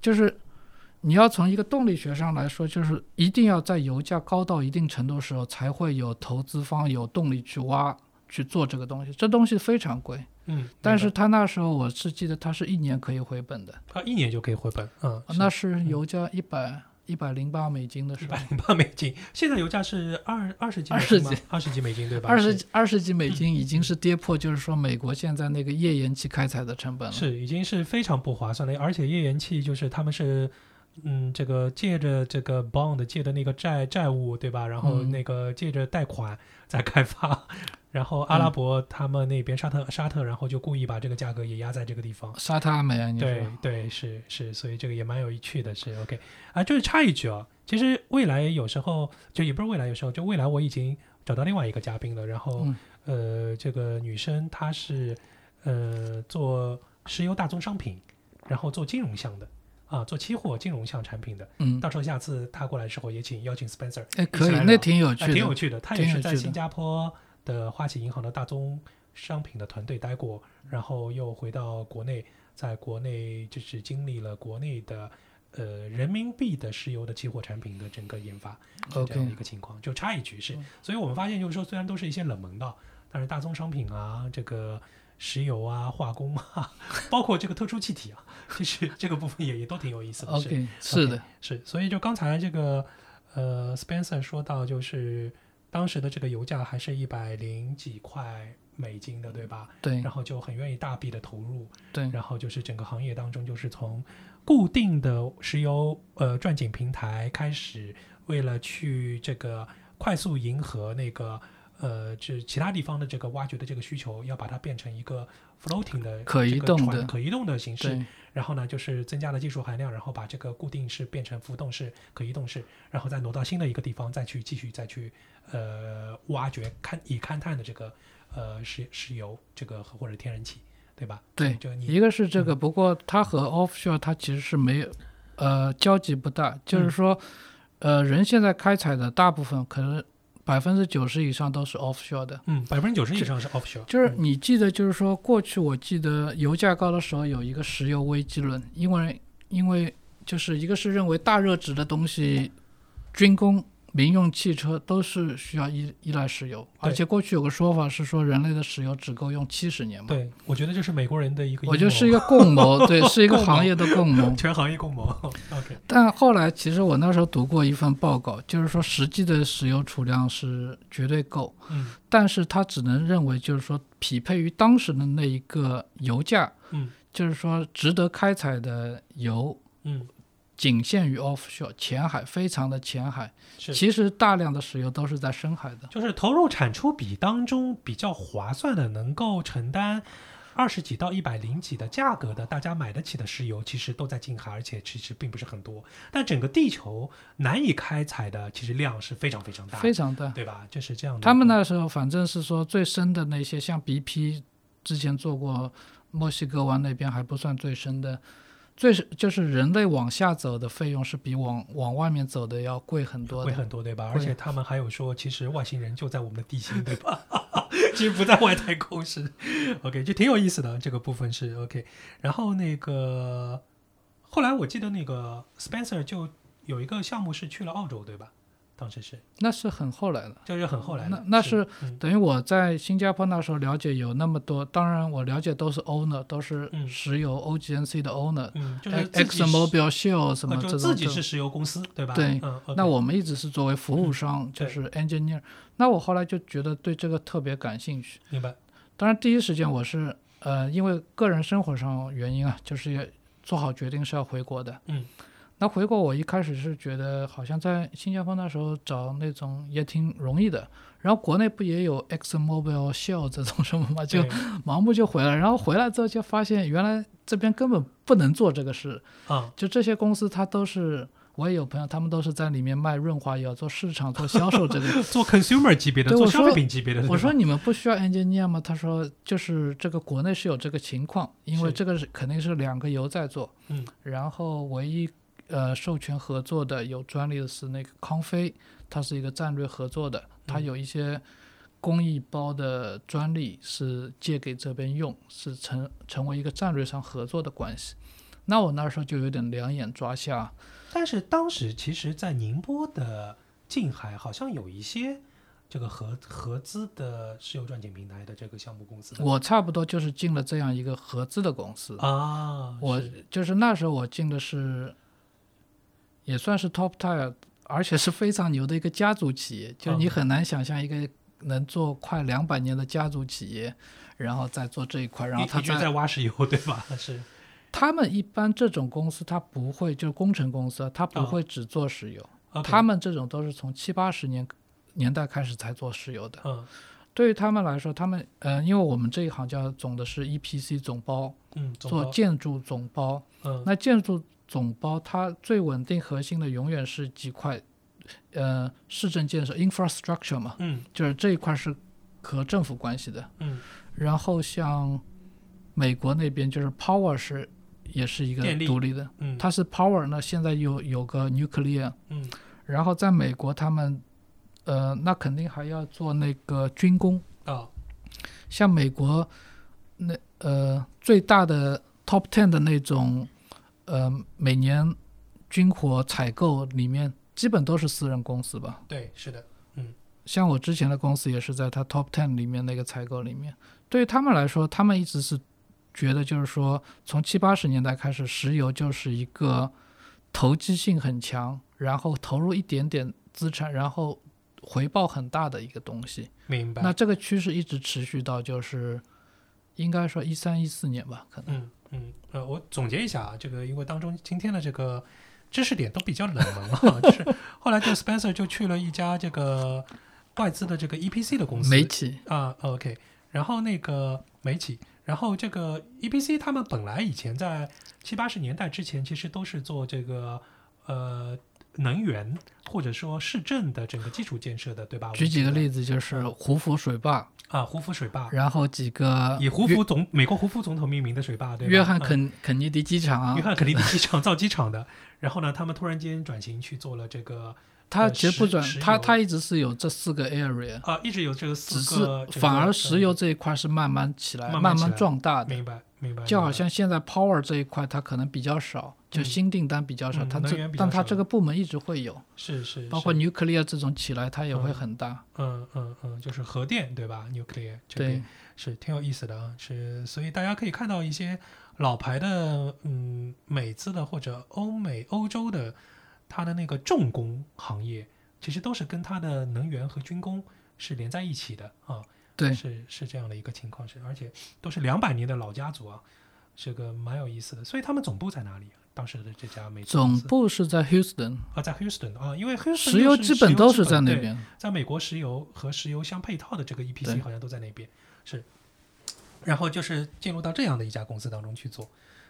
Speaker 4: 就是你要从一个动力学上来说，就是一定要在油价高到一定程度的时候，才会有投资方有动力去挖去做这个东西，这东西非常贵。
Speaker 3: 嗯，
Speaker 4: 但
Speaker 3: 明
Speaker 4: 是他那时候我是记得他是一年可以回本的，
Speaker 3: 白啊，一年就可以回本，嗯，
Speaker 4: 那是油价一百一百零八美金的
Speaker 3: 一
Speaker 4: 时候
Speaker 3: 百，零八美金，现在油价是二二十几美金吗
Speaker 4: 20几？
Speaker 3: 二十几美金对吧？
Speaker 4: 二
Speaker 3: 是
Speaker 4: 十二十几美金已经是跌破，就是说美国现在那个页岩气开采的成本了。
Speaker 3: 是已经是非常不划算了，而且页岩气就是他们是，嗯，这个借着这个 bond 借的那个债债务对吧？然后
Speaker 4: 嗯
Speaker 3: 那个借着贷款在开发， 然后阿拉
Speaker 4: 嗯
Speaker 3: 伯他们那边沙特沙特，然后就故意把这个价格也压在这个地方。
Speaker 4: 沙特阿美啊，你
Speaker 3: 对
Speaker 4: 说
Speaker 3: 对是是，所以这个也蛮有趣的是 OK 啊，就是插一句啊，其实未来有时候就也不是未来，有时候就未来我已经找到另外一个嘉宾了，然后、
Speaker 4: 嗯
Speaker 3: 呃，这个女生她是呃做石油大宗商品，然后做金融项的啊，做期货金融项产品的，
Speaker 4: 嗯，
Speaker 3: 到时候下次她过来的时候也请邀请 Spencer，
Speaker 4: 哎，可
Speaker 3: 一起
Speaker 4: 以
Speaker 3: 来，聊
Speaker 4: 那挺有
Speaker 3: 啊，
Speaker 4: 趣
Speaker 3: 挺有
Speaker 4: 的。
Speaker 3: 趣的。他也
Speaker 4: 挺有
Speaker 3: 是在
Speaker 4: 趣的
Speaker 3: 新加坡的花旗银行的大宗商品的团队待过，然后又回到国内，在国内就是经历了国内的呃人民币的石油的期货产品的整个研发是这样的
Speaker 4: OK
Speaker 3: 一个情况。就插一句是，所以我们发现就是说，虽然都是一些冷门的，但是大宗商品啊，这个。石油啊，化工啊， 包括这个特殊气体啊，其实这个部分也也都挺有意思的。是
Speaker 4: OK，是的，
Speaker 3: 是，所以就刚才这个呃，Spencer 说到，就是当时的这个油价还是一百零几块美金的，对吧？
Speaker 4: 对
Speaker 3: 然后就很愿意大笔的投入，
Speaker 4: 对
Speaker 3: 然后就是整个行业当中，就是从固定的石油呃钻井平台开始，为了去这个快速迎合那个。呃，就是其他地方的这个挖掘的这个需求，要把它变成一个 floating 的
Speaker 4: 可
Speaker 3: 这
Speaker 4: 移
Speaker 3: 个
Speaker 4: 动
Speaker 3: 船
Speaker 4: 的
Speaker 3: 可移动的形式，
Speaker 4: 对，
Speaker 3: 然后呢，就是增加了技术含量，然后把这个固定式变成浮动式、可移动式，然后再挪到新的一个地方，再去继续再去呃挖掘勘以勘探的这个呃石石油这个或者天然气，对吧？
Speaker 4: 对
Speaker 3: 就你嗯
Speaker 4: 一个是这个，不过它和 offshore 它其实是没有，呃，交集不大。
Speaker 3: 嗯
Speaker 4: 就是说，呃，人现在开采的大部分可能百分之九十以上都是 offshore 的。
Speaker 3: 嗯，百分之九十以上是 offshore，
Speaker 4: 就是
Speaker 3: 嗯
Speaker 4: 你记得，就是说过去我记得油价高的时候有一个石油危机论，因为因为就是一个是认为大热值的东西，
Speaker 3: 嗯
Speaker 4: 军工、民用汽车都是需要依依赖石油，
Speaker 3: 对
Speaker 4: 而且过去有个说法是说人类的石油只够用七十年嘛。
Speaker 3: 对，我觉得这是美国人的一个阴谋，
Speaker 4: 我觉得是一个共 谋，对，是一个行业的共谋。
Speaker 3: 全行业共谋。OK，
Speaker 4: 但后来，其实我那时候读过一份报告，就是说实际的石油储量是绝对够，
Speaker 3: 嗯
Speaker 4: 但是它只能认为就是说匹配于当时的那一个油价，
Speaker 3: 嗯
Speaker 4: 就是说值得开采的油
Speaker 3: 嗯，
Speaker 4: 仅限于 offshore 浅海，非常的浅海。
Speaker 3: 是。
Speaker 4: 其实大量的石油都是在深海的。
Speaker 3: 就是投入产出比当中比较划算的，能够承担二十几到一百零几的价格的，大家买得起的石油，其实都在近海，而且其实并不是很多。但整个地球难以开采的，其实量是非常非常大的，
Speaker 4: 非常大。
Speaker 3: 对吧？就是这样的。
Speaker 4: 他们？那时候反正是说最深的那些，像 BP 之前做过墨西哥湾那边还不算最深的，最是就是人类往下走的费用是比往往外面走的要贵很多
Speaker 3: 会
Speaker 4: 的。
Speaker 3: 很多对吧？
Speaker 4: 会
Speaker 3: 而且他们还有说，其实外星人就在我们的地心，对吧？ 其实不在外太空是，OK，就挺有意思的这个部分是 OK。然后那个后来我记得那个 Spencer 就有一个项目是去了澳洲，对吧？当时是，
Speaker 4: 那是很后来的，
Speaker 3: 就是很后来的
Speaker 4: 那那
Speaker 3: 是
Speaker 4: 是
Speaker 3: 嗯
Speaker 4: 等于我在新加坡那时候了解有那么多，当然我了解都是 owner，都是
Speaker 3: 嗯
Speaker 4: 石油 OGNC 的 owner，、哎
Speaker 3: 嗯，就是自己
Speaker 4: Exxon Mobil、Shell 什么
Speaker 3: 呃
Speaker 4: 这
Speaker 3: 就
Speaker 4: 种。
Speaker 3: 自己
Speaker 4: 这种
Speaker 3: 是石油公司对吧？
Speaker 4: 对
Speaker 3: 嗯，OK
Speaker 4: 那
Speaker 3: 嗯
Speaker 4: 我们一直是作为服务商，就
Speaker 3: 对
Speaker 4: 是 engineer。那我后来就觉得对这个特别感兴趣。
Speaker 3: 明白，
Speaker 4: 当然，第一时间我是呃，因为个人生活上原因啊，就是也做好决定是要回国的。
Speaker 3: 嗯，
Speaker 4: 那回国我一开始是觉得好像在新加坡那时候找那种也挺容易的，然后国内不也有 ExxonMobil、Shell 这种什么嘛，就
Speaker 3: 对
Speaker 4: 盲目就回来，然后回来之后就发现原来这边根本不能做这个事，
Speaker 3: 啊
Speaker 4: 就这些公司它都是。我也有朋友，他们都是在里面卖润滑油、做市场、做销售这个，
Speaker 3: 做 consumer 级别的，
Speaker 4: 对
Speaker 3: 做
Speaker 4: 我
Speaker 3: 消费
Speaker 4: 说
Speaker 3: 品级别 的，
Speaker 4: 我
Speaker 3: 对吧
Speaker 4: 说你们不需要 engineer 吗？他说就是这个国内是有这个情况，因为
Speaker 3: 是
Speaker 4: 这个是肯定是两个油在做，
Speaker 3: 嗯，
Speaker 4: 然后唯一呃授权合作的有专利的是那个康菲，它是一个战略合作的，它
Speaker 3: 嗯
Speaker 4: 有一些工艺包的专利是借给这边用，是成成为一个战略上合作的关系。那我那时候就有点两眼抓瞎，
Speaker 3: 但是当时其实，在宁波的近海好像有一些这个合合资的石油钻井平台的这个项目公司的
Speaker 4: 我差不多就是进了这样一个合资的公司，
Speaker 3: 啊，
Speaker 4: 我
Speaker 3: 是
Speaker 4: 就是那时候我进的是也算是 top tier，而且是非常牛的一个家族企业。就是
Speaker 3: 嗯
Speaker 4: 你很难想象一个能做快两百年的家族企业，然后再做这一块，然后
Speaker 3: 一
Speaker 4: 他
Speaker 3: 一直在挖石油，对吧？是
Speaker 4: 他们一般这种公司，它不会就是工程公司，它不
Speaker 3: 啊
Speaker 4: 会只做石油，
Speaker 3: OK，
Speaker 4: 他们这种都是从七八十年年代开始才做石油的。
Speaker 3: 嗯
Speaker 4: 对于他们来说，他们呃，因为我们这一行叫总的是 EPC 总包，
Speaker 3: 嗯，总
Speaker 4: 做
Speaker 3: 包
Speaker 4: 建筑总包。
Speaker 3: 嗯
Speaker 4: 那建筑总包它最稳定核心的永远是几块，呃，市政建设 infrastructure 嘛，
Speaker 3: 嗯
Speaker 4: 就是这一块是和政府关系的。
Speaker 3: 嗯，
Speaker 4: 然后像美国那边就是 power 是也是一个
Speaker 3: 电力
Speaker 4: 独立的，
Speaker 3: 嗯
Speaker 4: 它是 power 呢，现在有有个 nuclear，
Speaker 3: 嗯
Speaker 4: 然后在美国他们呃，那肯定还要做那个军工。
Speaker 3: 啊
Speaker 4: 像美国那呃最大的 top ten 的那种，呃每年军火采购里面基本都是私人公司吧。
Speaker 3: 对是的，
Speaker 4: 像我之前的公司也是在它 top ten 里面那个采购里面。对于他们来说，他们一直是觉得就是说，从七八十年代开始，石油就是一个投机性很强，然后投入一点点资产，然后回报很大的一个东西。
Speaker 3: 明白。
Speaker 4: 那这个趋势一直持续到就是，应该说一三一四年吧，可能。
Speaker 3: 嗯嗯呃，我总结一下啊，这个因为当中今天的这个知识点都比较冷门啊，就是后来这个 Spencer 就去了一家这个外资的这个 EPC 的公司，
Speaker 4: 媒体，
Speaker 3: 啊，OK，然后那个美企，然后这个 EPC 他们本来以前在七八十年代之前，其实都是做这个呃能源或者说市政的整个基础建设的，对吧？
Speaker 4: 举几个例
Speaker 3: 子
Speaker 4: 子，就是
Speaker 3: 嗯
Speaker 4: 胡佛水坝，
Speaker 3: 啊，胡佛水坝，
Speaker 4: 然后几个
Speaker 3: 以胡
Speaker 4: 约
Speaker 3: 佛总美国胡佛总统命名的水坝，对吧？
Speaker 4: 约翰
Speaker 3: 嗯
Speaker 4: 肯肯尼迪机场啊
Speaker 3: 约，翰肯尼迪机 场造机场的，然后呢，他们突然间转型去做了这个
Speaker 4: 他
Speaker 3: 呃
Speaker 4: 其实不
Speaker 3: 石
Speaker 4: 转
Speaker 3: 石，
Speaker 4: 他
Speaker 3: 油
Speaker 4: 他一直是有这四个 area，
Speaker 3: 啊，一直有这个
Speaker 4: 只
Speaker 3: 四
Speaker 4: 是
Speaker 3: 个，整
Speaker 4: 反
Speaker 3: 个
Speaker 4: 而
Speaker 3: 呃
Speaker 4: 石油这一块是慢慢起来，
Speaker 3: 慢慢
Speaker 4: 慢
Speaker 3: 起来
Speaker 4: 壮大的。
Speaker 3: 嗯明白明白，
Speaker 4: 就好
Speaker 3: 明白
Speaker 4: 像现在 power 这一块，它可能比较少，就
Speaker 3: 嗯
Speaker 4: 新订单比较少，
Speaker 3: 嗯
Speaker 4: 它
Speaker 3: 能
Speaker 4: 这
Speaker 3: 源比较
Speaker 4: 但它
Speaker 3: 少
Speaker 4: 这个部门一直会有，
Speaker 3: 是是
Speaker 4: 包
Speaker 3: 是
Speaker 4: 括 nuclear 这种起来，它也会
Speaker 3: 嗯
Speaker 4: 很大。
Speaker 3: 嗯嗯嗯，就是核电对吧？Nuclear 这
Speaker 4: 对
Speaker 3: 边，是挺有意思的啊，是所以大家可以看到一些老牌的嗯美资的或者欧美欧洲的，它的那个重工行业其实都是跟它的能源和军工是连在一起的啊，
Speaker 4: 对，
Speaker 3: 是是这样的一个情况是，而且都是两百年的老家族啊，这个蛮有意思的。所以他们总部在哪里啊？当时的这家美资公
Speaker 4: 总
Speaker 3: 司
Speaker 4: 部是在 Houston，
Speaker 3: 啊，在 Houston 啊，因为 Houston
Speaker 4: 石
Speaker 3: 又
Speaker 4: 油
Speaker 3: 是
Speaker 4: 基本都是
Speaker 3: 基
Speaker 4: 在那
Speaker 3: 对
Speaker 4: 边。
Speaker 3: 在美国石油和石油相配套的这个
Speaker 4: 对
Speaker 3: EPC 好像都在那边是，然后就是进入到这样的一家公司当中去做，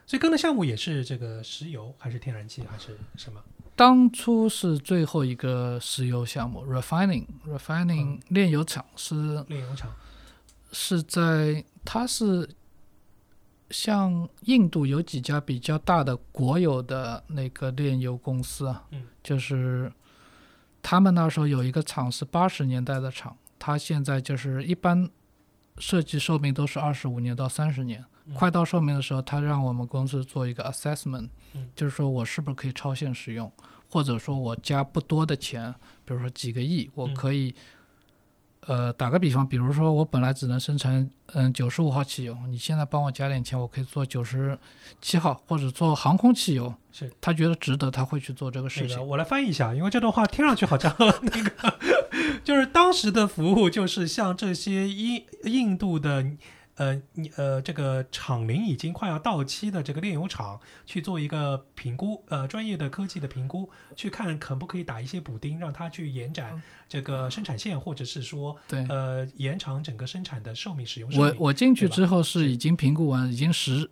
Speaker 3: 所以跟的项目也是这个石油还是天然气还是什么？
Speaker 4: 当初是最后一个石油项目 refining refining
Speaker 3: 嗯
Speaker 4: 炼油厂是
Speaker 3: 炼油厂
Speaker 4: 是在它是像印度有几家比较大的国有的那个炼油公司啊，
Speaker 3: 嗯
Speaker 4: 就是他们那时候有一个厂是八十年代的厂，它现在就是一般设计寿命都是二十五年到三十年。
Speaker 3: 嗯
Speaker 4: 快到寿命的时候，他让我们公司做一个 assessment，、
Speaker 3: 嗯
Speaker 4: 就是说我是不是可以超限使用，或者说我加不多的钱，比如说几个亿，我
Speaker 3: 嗯
Speaker 4: 可以，呃，打个比方，比如说我本来只能生产嗯九十五号汽油，你现在帮我加点钱，我可以做九十七号或者做航空汽油，
Speaker 3: 是
Speaker 4: 他觉得值得，他会去做这个事
Speaker 3: 那
Speaker 4: 情
Speaker 3: 个。我来翻译一下，因为这段话听上去好像 那个就是当时的服务就是像这些印印度的。呃，你呃，这个厂龄已经快要到期的这个炼油厂去做一个评估，呃，专业的科技的评估，去看可不可以打一些补丁，让它去延展这个生产线，或者是说
Speaker 4: 嗯对，
Speaker 3: 呃延长整个生产的寿命、使用寿
Speaker 4: 我
Speaker 3: 命。
Speaker 4: 我进去
Speaker 3: 对吧
Speaker 4: 之后是已经评估完，已经实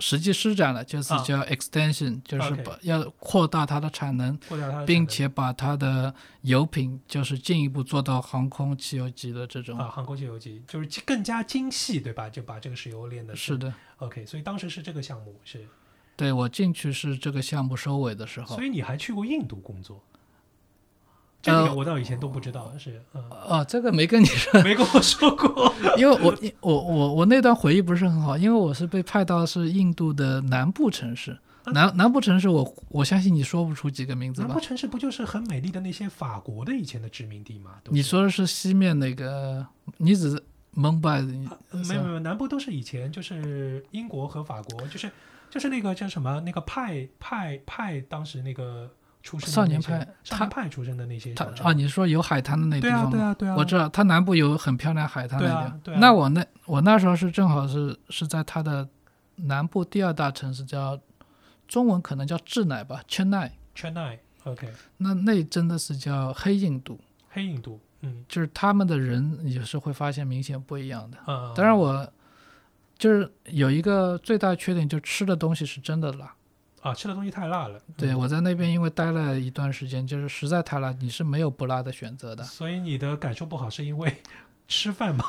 Speaker 4: 实际施展了，就是
Speaker 3: 啊
Speaker 4: 叫 extension，、就是把要扩大它的产能，
Speaker 3: 或者它的
Speaker 4: 并
Speaker 3: 产
Speaker 4: 且把它的油品就是进一步做到航空汽油级的这
Speaker 3: 能
Speaker 4: 种。
Speaker 3: 啊，航空汽油机就是更加精细，对吧？就把这个石油炼的
Speaker 4: 是的，
Speaker 3: OK，所以当时是这个项目是，
Speaker 4: 对我进去是这个项目收尾的时候
Speaker 3: 所。以你还去过印度工作，这
Speaker 4: 呃
Speaker 3: 点我到以前都不知道，是嗯，
Speaker 4: 哦，这个没跟你说，
Speaker 3: 没跟我说 过
Speaker 4: 因为我我我我那段回忆不是很好，因为我是被派到是印度的南部城市，南南部城市我我相信你说不出几个名字
Speaker 3: 南
Speaker 4: 吧
Speaker 3: 部？城市不就是很美丽的那些法国的以前的殖民地吗？都
Speaker 4: 你
Speaker 3: 是
Speaker 4: 说的是西面那个，你只是蒙拜的，你
Speaker 3: 啊没有没有，南部都是以前就是英国和法国，就是就是那个叫什么那个派派派，当时那个出身的
Speaker 4: 少
Speaker 3: 那
Speaker 4: 年
Speaker 3: 些
Speaker 4: 派
Speaker 3: 少
Speaker 4: 他
Speaker 3: 年派出身的那些
Speaker 4: 他
Speaker 3: 小
Speaker 4: 啊，
Speaker 3: 镇，
Speaker 4: 你说有海滩的那地
Speaker 3: 对
Speaker 4: 方
Speaker 3: 啊
Speaker 4: 吗？
Speaker 3: 对啊对啊，
Speaker 4: 我知道，它南部有很漂亮海滩那
Speaker 3: 对
Speaker 4: 地
Speaker 3: 啊
Speaker 4: 方。
Speaker 3: 对啊
Speaker 4: 那我那我那时候是正好是是在它的南部第二大城市叫，中文可能叫智乃吧，Chennai。
Speaker 3: Chennai OK
Speaker 4: 那那真的是叫黑印度，
Speaker 3: 黑印度，嗯
Speaker 4: 就是他们的人也是会发现明显不一样的。
Speaker 3: 啊，
Speaker 4: 当然我就是有一个最大缺点，就吃的东西是真的辣。
Speaker 3: 啊吃的东西太辣了，嗯
Speaker 4: 对我在那边因为待了一段时间，就是实在太辣，你是没有不辣的选择的。
Speaker 3: 所以你的感受不好是因为 吃饭吗？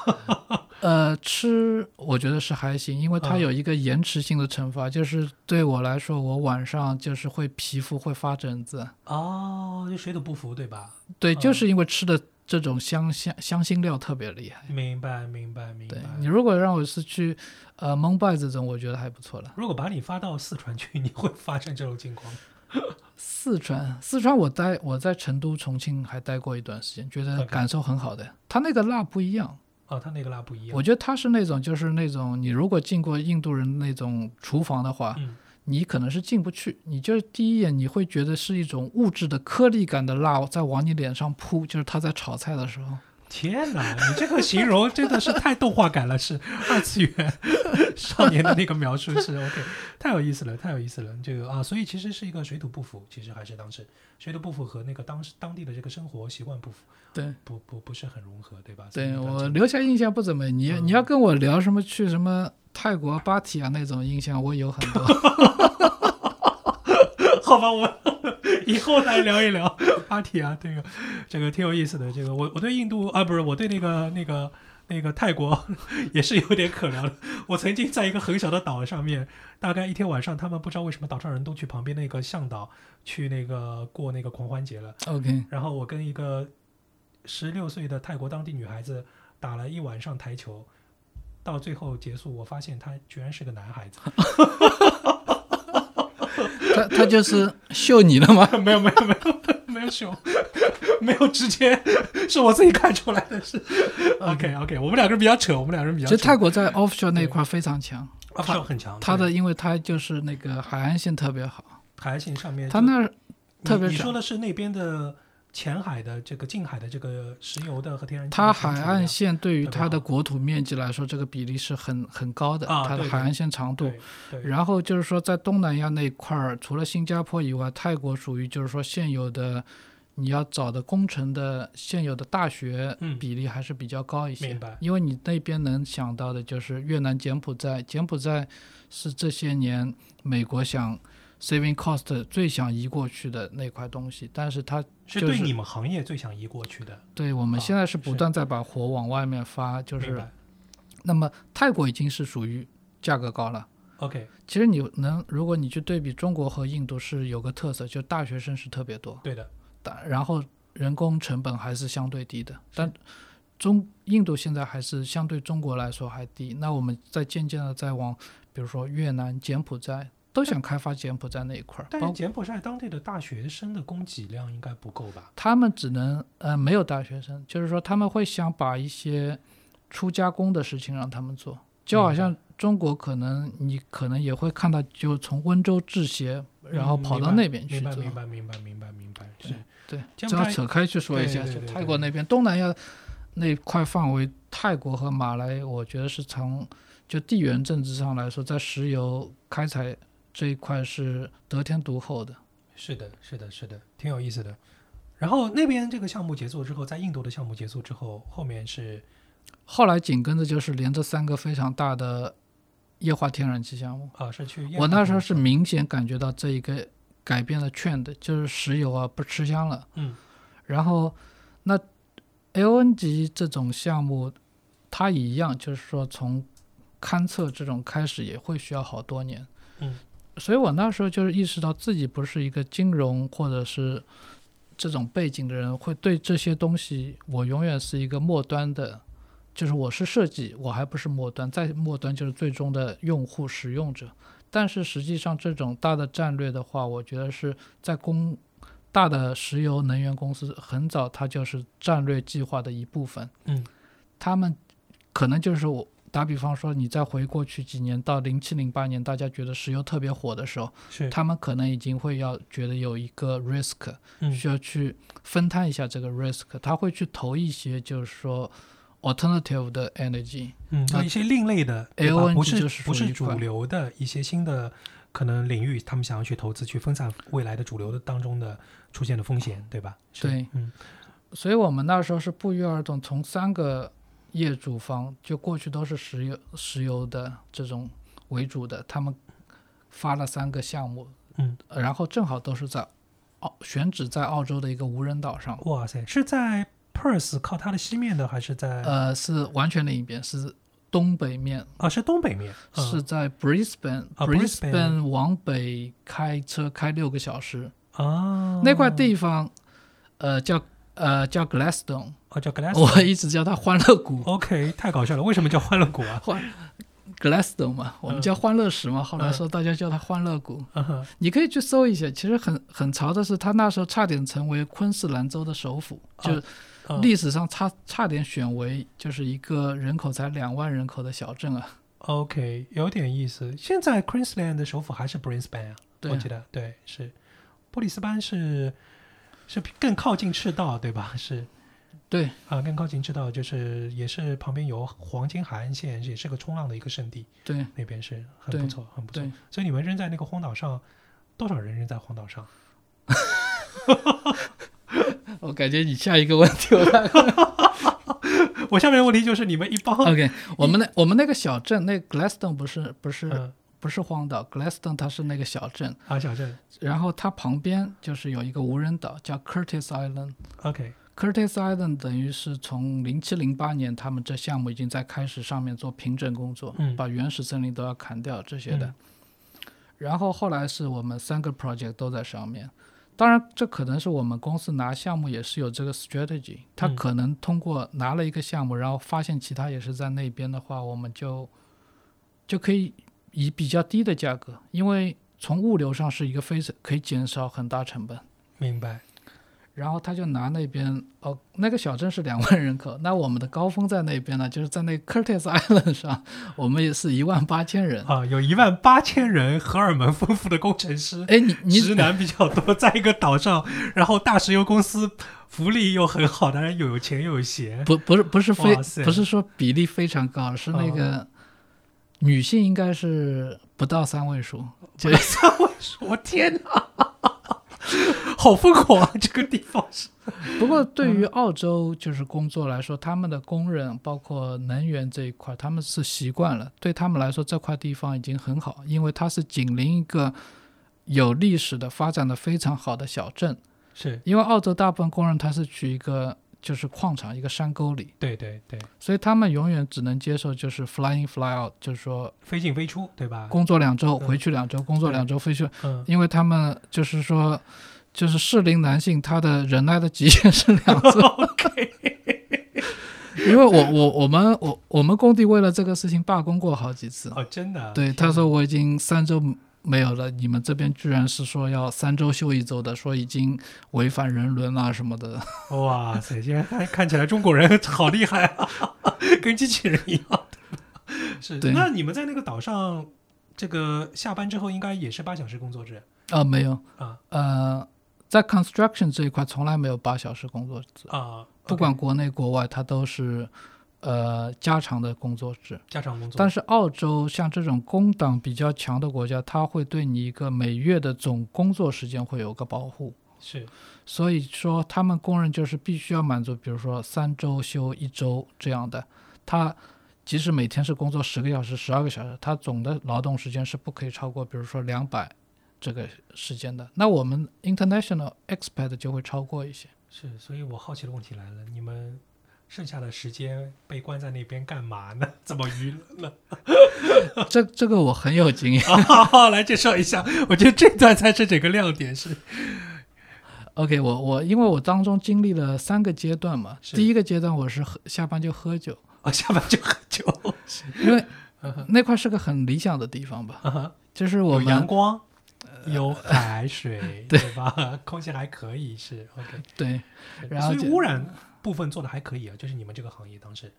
Speaker 4: 呃，吃我觉得是还行，因为它
Speaker 3: 嗯
Speaker 4: 有一个延迟性的惩罚，就是对我来说，我晚上就是会皮肤会发疹子，
Speaker 3: 哦，就水土不服对吧？
Speaker 4: 对，就
Speaker 3: 嗯
Speaker 4: 是因为吃的这种香香香辛料特别厉害。
Speaker 3: 明白明白明白
Speaker 4: 对。你如果让我是去呃蒙拜这种，我觉得还不错了。
Speaker 3: 如果把你发到四川去，你会发生这种情况。
Speaker 4: 四川，四川我待我在成都、重庆还待过一段时间，觉得
Speaker 3: OK
Speaker 4: 感受很好的。它那个辣不一样，
Speaker 3: 哦，他那个辣不一样。
Speaker 4: 我觉得它是那种就是那种你如果进过印度人那种厨房的话，
Speaker 3: 嗯
Speaker 4: 你可能是进不去，你就是第一眼你会觉得是一种物质的颗粒感的辣在往你脸上扑，就是他在炒菜的时候。
Speaker 3: 天哪，你这个形容真的是太动画感了，是二次 元少年的那个描述 是 OK，太有意思了，太有意思了。这个啊，所以其实是一个水土不服，其实还是当时水土不服和那个当时当地的这个生活习惯不符，
Speaker 4: 对，
Speaker 3: 不不不是很融合，对吧？这么
Speaker 4: 对
Speaker 3: 一段
Speaker 4: 我
Speaker 3: 经历
Speaker 4: 留下印象不怎么，你
Speaker 3: 嗯
Speaker 4: 你要跟我聊什么去什么泰国芭提雅那种印象，我有很 多。
Speaker 3: 好吧，我 以后来聊一聊 芭提雅这个这个挺有意思的。这个我我对印度啊，不是我对那个那个那个泰国 也是有点可聊的。我曾经在一个很小的岛上面，大概一天晚上，他们不知道为什么岛上人都去旁边那个向导去那个过那个狂欢节了。
Speaker 4: OK，
Speaker 3: 然后我跟一个十六岁的泰国当地女孩子打了一晚上台球，到最后结束，我发现她居然是个男孩子。
Speaker 4: 他他就是秀你了吗？
Speaker 3: 没有没有没有没有熊，没有直接是我自己看出来的是。OK OK，我们两个人比较扯，我们两个人 比较
Speaker 4: 嗯其
Speaker 3: 扯。
Speaker 4: 实泰国在 offshore 那一块非常强，
Speaker 3: 啊
Speaker 4: 它
Speaker 3: 上很强，
Speaker 4: 它的
Speaker 3: 对
Speaker 4: 因为它就是那个海岸线特别好，
Speaker 3: 海岸线上面就，
Speaker 4: 它那儿
Speaker 3: 你
Speaker 4: 特别
Speaker 3: 你
Speaker 4: 窄
Speaker 3: 说的是那边的前海的这个近海的这个石油的和天然气的
Speaker 4: 它
Speaker 3: 这个
Speaker 4: 海
Speaker 3: 储
Speaker 4: 岸
Speaker 3: 量
Speaker 4: 线对于
Speaker 3: 特别
Speaker 4: 它的
Speaker 3: 好
Speaker 4: 国土面积来说，这个比例是很很高的，
Speaker 3: 啊
Speaker 4: 它的
Speaker 3: 对
Speaker 4: 海
Speaker 3: 对
Speaker 4: 岸线长度。
Speaker 3: 对对
Speaker 4: 然后就是说，在东南亚那一块儿，除了新加坡以外，泰国属于就是说现有的，你要找的工程的现有的大学
Speaker 3: 嗯
Speaker 4: 比例还是比较高一些。
Speaker 3: 明白
Speaker 4: 因为你那边能想到的就是越南、柬埔寨，柬埔寨是这些年美国想 saving cost 最想移过去的那块东西，但是它
Speaker 3: 是
Speaker 4: 就
Speaker 3: 对
Speaker 4: 是
Speaker 3: 你们行业最想移过去的，
Speaker 4: 对我们
Speaker 3: 啊
Speaker 4: 现在是不
Speaker 3: 是
Speaker 4: 断在把火往外面发，就
Speaker 3: 明
Speaker 4: 是
Speaker 3: 白
Speaker 4: 那么泰国已经是属于价格高了。
Speaker 3: ？OK，
Speaker 4: 其实你能，如果你去对比中国和印度是有个特色，就大学生是特别多，
Speaker 3: 对的，
Speaker 4: 但然后人工成本还是相对低的，但中印度现在还是相对中国来说还低。那我们在渐渐的在往，比如说越南、柬埔寨都想开发柬埔寨那一块儿，
Speaker 3: 但
Speaker 4: 包
Speaker 3: 是
Speaker 4: 括
Speaker 3: 柬埔寨当地的大学生的供给量应该不够吧？
Speaker 4: 他们只能呃没有大学生，就是说他们会想把一些出加工的事情让他们做，就好像中国可能你可能也会看到，就从温州制鞋，然后
Speaker 3: 嗯
Speaker 4: 跑
Speaker 3: 明
Speaker 4: 到
Speaker 3: 白
Speaker 4: 那边去
Speaker 3: 明白
Speaker 4: 做。
Speaker 3: 明白明白明白明白，是
Speaker 4: 对，
Speaker 3: 柬埔
Speaker 4: 这要
Speaker 3: 寨
Speaker 4: 扯开去说一下，
Speaker 3: 对对
Speaker 4: 就
Speaker 3: 对对
Speaker 4: 泰国那边东南亚那块范围，泰国和马来，我觉得是从就地缘政治上来说，在石油开采这一块是得天独厚的。
Speaker 3: 是的，是的，是的，挺有意思的。然后那边这个项目结束之后，在印度的项目结束之后，后面是
Speaker 4: 后来紧跟着就是连着三个非常大的液化天然气项目，
Speaker 3: 啊，是去
Speaker 4: 我那时候是明显感觉到这一个改变了 trend，就是石油啊不吃香了。
Speaker 3: 嗯，
Speaker 4: 然后那 LN 级这种项目，它也一样，就是说从勘测这种开始也会需要好多年。
Speaker 3: 嗯，
Speaker 4: 所以我那时候就是意识到自己不是一个金融或者是这种背景的人，会对这些东西，我永远是一个末端的。就是我是设计，我还不是末端，在末端就是最终的用户使用者。但是实际上，这种大的战略的话，我觉得是在公大的石油能源公司很早，它就是战略计划的一部分。
Speaker 3: 嗯，
Speaker 4: 他们可能就是我打比方说，你再回过去几年，到零七零八年，大家觉得石油特别火的时候，
Speaker 3: 是
Speaker 4: 他们可能已经会要觉得有一个 risk，
Speaker 3: 嗯
Speaker 4: 需要去分摊一下这个 risk，他会去投一些就是说 alternative 的 energy，
Speaker 3: 嗯，就
Speaker 4: 那
Speaker 3: 一些另类的，对吧
Speaker 4: LNG
Speaker 3: 不是
Speaker 4: 就是属
Speaker 3: 不
Speaker 4: 于
Speaker 3: 是
Speaker 4: 一
Speaker 3: 主
Speaker 4: 块
Speaker 3: 流的一些新的可能领域，他们想要去投资，去分散未来的主流的当中的出现的风险，对吧？是
Speaker 4: 对，
Speaker 3: 嗯
Speaker 4: 所以我们那时候是不约而同，从三个业主方，就过去都是石油石油的这种为主的，他们发了三个项目，
Speaker 3: 嗯，
Speaker 4: 然后正好都是在澳选址在澳洲的一个无人岛上，
Speaker 3: 哇塞，是在 Perth 靠它的西面的，还是在、
Speaker 4: 呃，是完全另一边，是东北面，
Speaker 3: 啊？是东北面？嗯、
Speaker 4: 是在 Brisbane，Brisbane、
Speaker 3: 啊
Speaker 4: Brisbane 往北开车开六个小时，
Speaker 3: 啊，
Speaker 4: 那块地方，呃，叫呃叫 Gladstone，
Speaker 3: 哦叫 Glass，
Speaker 4: 我一直叫它欢乐谷。
Speaker 3: OK，太搞笑了，为什么叫欢乐谷啊？
Speaker 4: 欢 Gladstone 嘛，我们叫欢乐石嘛，后来
Speaker 3: 嗯
Speaker 4: 说大家叫它欢乐谷。
Speaker 3: 嗯哼
Speaker 4: 你可以去搜一下，其实很很潮的是，它那时候差点成为昆士兰州的首府，
Speaker 3: 啊
Speaker 4: 就
Speaker 3: 啊
Speaker 4: 历史上差差点选为就是一个人口才两万人口的小镇啊。
Speaker 3: OK，有点意思。现在 Queensland 的首府还是 Brisbane 啊，
Speaker 4: 对
Speaker 3: 我记得对是，布里斯班是是更靠近赤道对吧？是
Speaker 4: 对，
Speaker 3: 啊，更靠近赤道，就是也是旁边有黄金海岸线，也是个冲浪的一个圣地，
Speaker 4: 对，
Speaker 3: 那边是很
Speaker 4: 对
Speaker 3: 不错，很不错
Speaker 4: 对。
Speaker 3: 所以你们扔在那个荒岛上，多少人扔在荒岛上？
Speaker 4: 我感觉你下一个问题我大概
Speaker 3: 我下面的问题就是你们一帮
Speaker 4: OK，我们那我们那个小镇，那 Gladstone 不是不是、
Speaker 3: 嗯
Speaker 4: 不是荒岛，Gladstone 它是那个小镇，
Speaker 3: 啊小镇
Speaker 4: 然后它旁边就是有一个无人岛叫 Curtis Island。
Speaker 3: ，OK
Speaker 4: Curtis Island 等于是从零七零八年，他们这项目已经在开始上面做平整工作，
Speaker 3: 嗯
Speaker 4: 把原始森林都要砍掉这些的。
Speaker 3: 嗯
Speaker 4: 然后后来是我们三个 project 都在上面。当然，这可能是我们公司拿项目也是有这个 strategy，他
Speaker 3: 嗯
Speaker 4: 可能通过拿了一个项目，然后发现其他也是在那边的话，我们就就可以以比较低的价格，因为从物流上是一个非常可以减少很大成本。
Speaker 3: 明白
Speaker 4: 然后他就拿那边哦，那个小镇是两万人口， 那我们的高峰在那边呢，就是在那 Curtis Island 上， 我们也是一万八千人。
Speaker 3: 啊，有一万八千人荷尔蒙丰富的工程师。
Speaker 4: 哎， 你你
Speaker 3: 直男比较多， 在一个岛上，然后大石油公司福利又很好，当然又有钱又有闲。
Speaker 4: 不不是不是非
Speaker 3: 哇塞哦
Speaker 4: 不是说比例非常高，是那个女性应该是不到三位数，就
Speaker 3: 我天哪，好疯狂啊！这个地方 是
Speaker 4: 不过对于澳洲就是工作来说，他们的工人包括能源这一块，他们是习惯了，对他们来说这块地方已经很好，因为它是紧邻一个有历史的、发展的非常好的小镇。
Speaker 3: 是，
Speaker 4: 因为澳洲大部分工人他是去一个就是矿场、一个山沟里，
Speaker 3: 对对对，
Speaker 4: 所以他们永远只能接受就是 fly in fly out，就是说
Speaker 3: 飞进飞出，对吧？
Speaker 4: 工作两周
Speaker 3: 嗯
Speaker 4: 回去两周，工作两周回去，
Speaker 3: 嗯，
Speaker 4: 因为他们就是说。就是适龄男性，他的忍耐的极限是两周，
Speaker 3: OK，
Speaker 4: 因为我我我们我我们工地为了这个事情罢工过好几次。
Speaker 3: 哦，真的啊，
Speaker 4: 对，他说我已经三周没有了，你们这边居然是说要三周休一周的，说已经违反人伦啦什么的。
Speaker 3: 哇塞，现在看看起来中国人好厉害啊， 跟机器人一样的。是，
Speaker 4: 对
Speaker 3: 那你们在那个岛上，这个下班之后应该也是八小时工作制
Speaker 4: 啊、没有，
Speaker 3: 啊
Speaker 4: 呃，在 construction 这一块从来没有八小时工作制，
Speaker 3: 啊，
Speaker 4: 不管国内国外，它都是呃加长的工作制。
Speaker 3: 家长工作，
Speaker 4: 但是澳洲像这种工党比较强的国家，它会对你一个每月的总工作时间会有个保护。
Speaker 3: 是
Speaker 4: 所以说，他们工人就是必须要满足，比如说三周休一周这样的。他即使每天是工作十个小时、十二个小时，他总的劳动时间是不可以超过，比如说两百这个时间的。那我们 international expat 就会超过一些。
Speaker 3: 是，所以我好奇的问题来了，你们剩下的时间被关在那边干嘛呢？ 怎么娱乐呢？
Speaker 4: 这这个我很有经验。
Speaker 3: 啊，来介绍一下，我觉得这段才是整个亮点，是
Speaker 4: OK，我我因为我当中经历了三个阶段嘛，
Speaker 3: 是
Speaker 4: 第一个阶段我是喝下班就喝酒，
Speaker 3: 啊，下班就喝酒，
Speaker 4: 因为
Speaker 3: 嗯哼
Speaker 4: 那块是个很理想的地方吧，
Speaker 3: 啊哈
Speaker 4: 就是我
Speaker 3: 有
Speaker 4: 们
Speaker 3: 阳光，
Speaker 4: 呃
Speaker 3: 有海 水，对吧？ 空气还可以，是 OK，
Speaker 4: 对
Speaker 3: 是
Speaker 4: 然后
Speaker 3: 所以
Speaker 4: 就
Speaker 3: 污染部分做的还可以啊，就是你们这个行业当时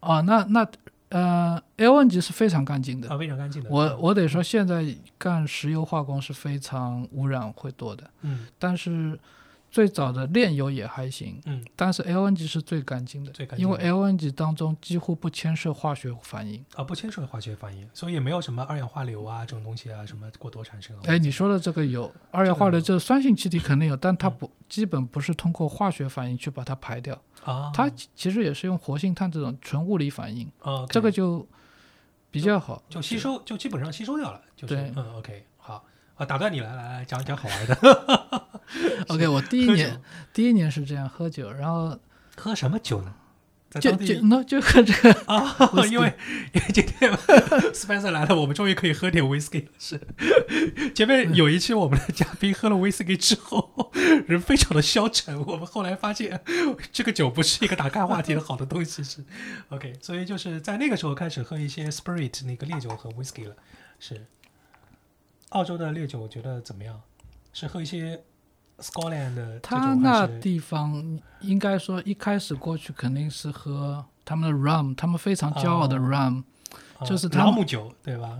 Speaker 4: 哦，那那呃，L N 级是非常干净的。
Speaker 3: 啊，非常干净的。
Speaker 4: 我我得说，现在干石油化工是非常污染会多的，
Speaker 3: 嗯
Speaker 4: 但是最早的炼油也还行，
Speaker 3: 嗯
Speaker 4: 但是 L N 级是最干净的，
Speaker 3: 最干净
Speaker 4: 因
Speaker 3: 的
Speaker 4: 为 L N 级当中几乎不牵涉化学反应。
Speaker 3: 啊，不牵涉化学反应，所以也没有什么二氧化硫啊这种东西啊，什么过多产生啊。
Speaker 4: 哎，你说的这个有二氧化硫，这酸性气体肯定有，但它
Speaker 3: 嗯
Speaker 4: 不基本不是通过化学反应去把它排掉，
Speaker 3: 啊，
Speaker 4: 它其其实也是用活性炭这种纯物理反应，
Speaker 3: 啊，
Speaker 4: 这个就比较好。
Speaker 3: 就吸收，就基本上吸收掉了，就是
Speaker 4: 对
Speaker 3: 嗯，OK，好啊，打断你了，来来讲讲好玩的，
Speaker 4: OK，我 第一
Speaker 3: 喝
Speaker 4: 年
Speaker 3: 酒
Speaker 4: 第一年是这样喝酒，然后
Speaker 3: 喝什么酒呢？在
Speaker 4: 就
Speaker 3: 哎当
Speaker 4: 就
Speaker 3: 地
Speaker 4: 那就喝这个
Speaker 3: 啊，因为因为今天 Spencer 来了，我们终于可以喝点 whisky 了。是，前面有一期我们的嘉宾喝了 whisky 之后，人非常的消沉。我们后来发现，这个酒不是一个打开话题的好的东西。是 OK，所以就是在那个时候开始喝一些 spirit 那个烈酒和 whisky 了。是，澳洲的烈酒我觉得怎么样？是喝一些 Scotland 的这
Speaker 4: 他
Speaker 3: 种
Speaker 4: 那
Speaker 3: 还是？
Speaker 4: 地方应该说一开始过去肯定是喝他们的 rum，他们非常骄傲的
Speaker 3: 哦
Speaker 4: rum，、
Speaker 3: 啊
Speaker 4: 就是他
Speaker 3: 朗
Speaker 4: 们
Speaker 3: 姆酒对吧？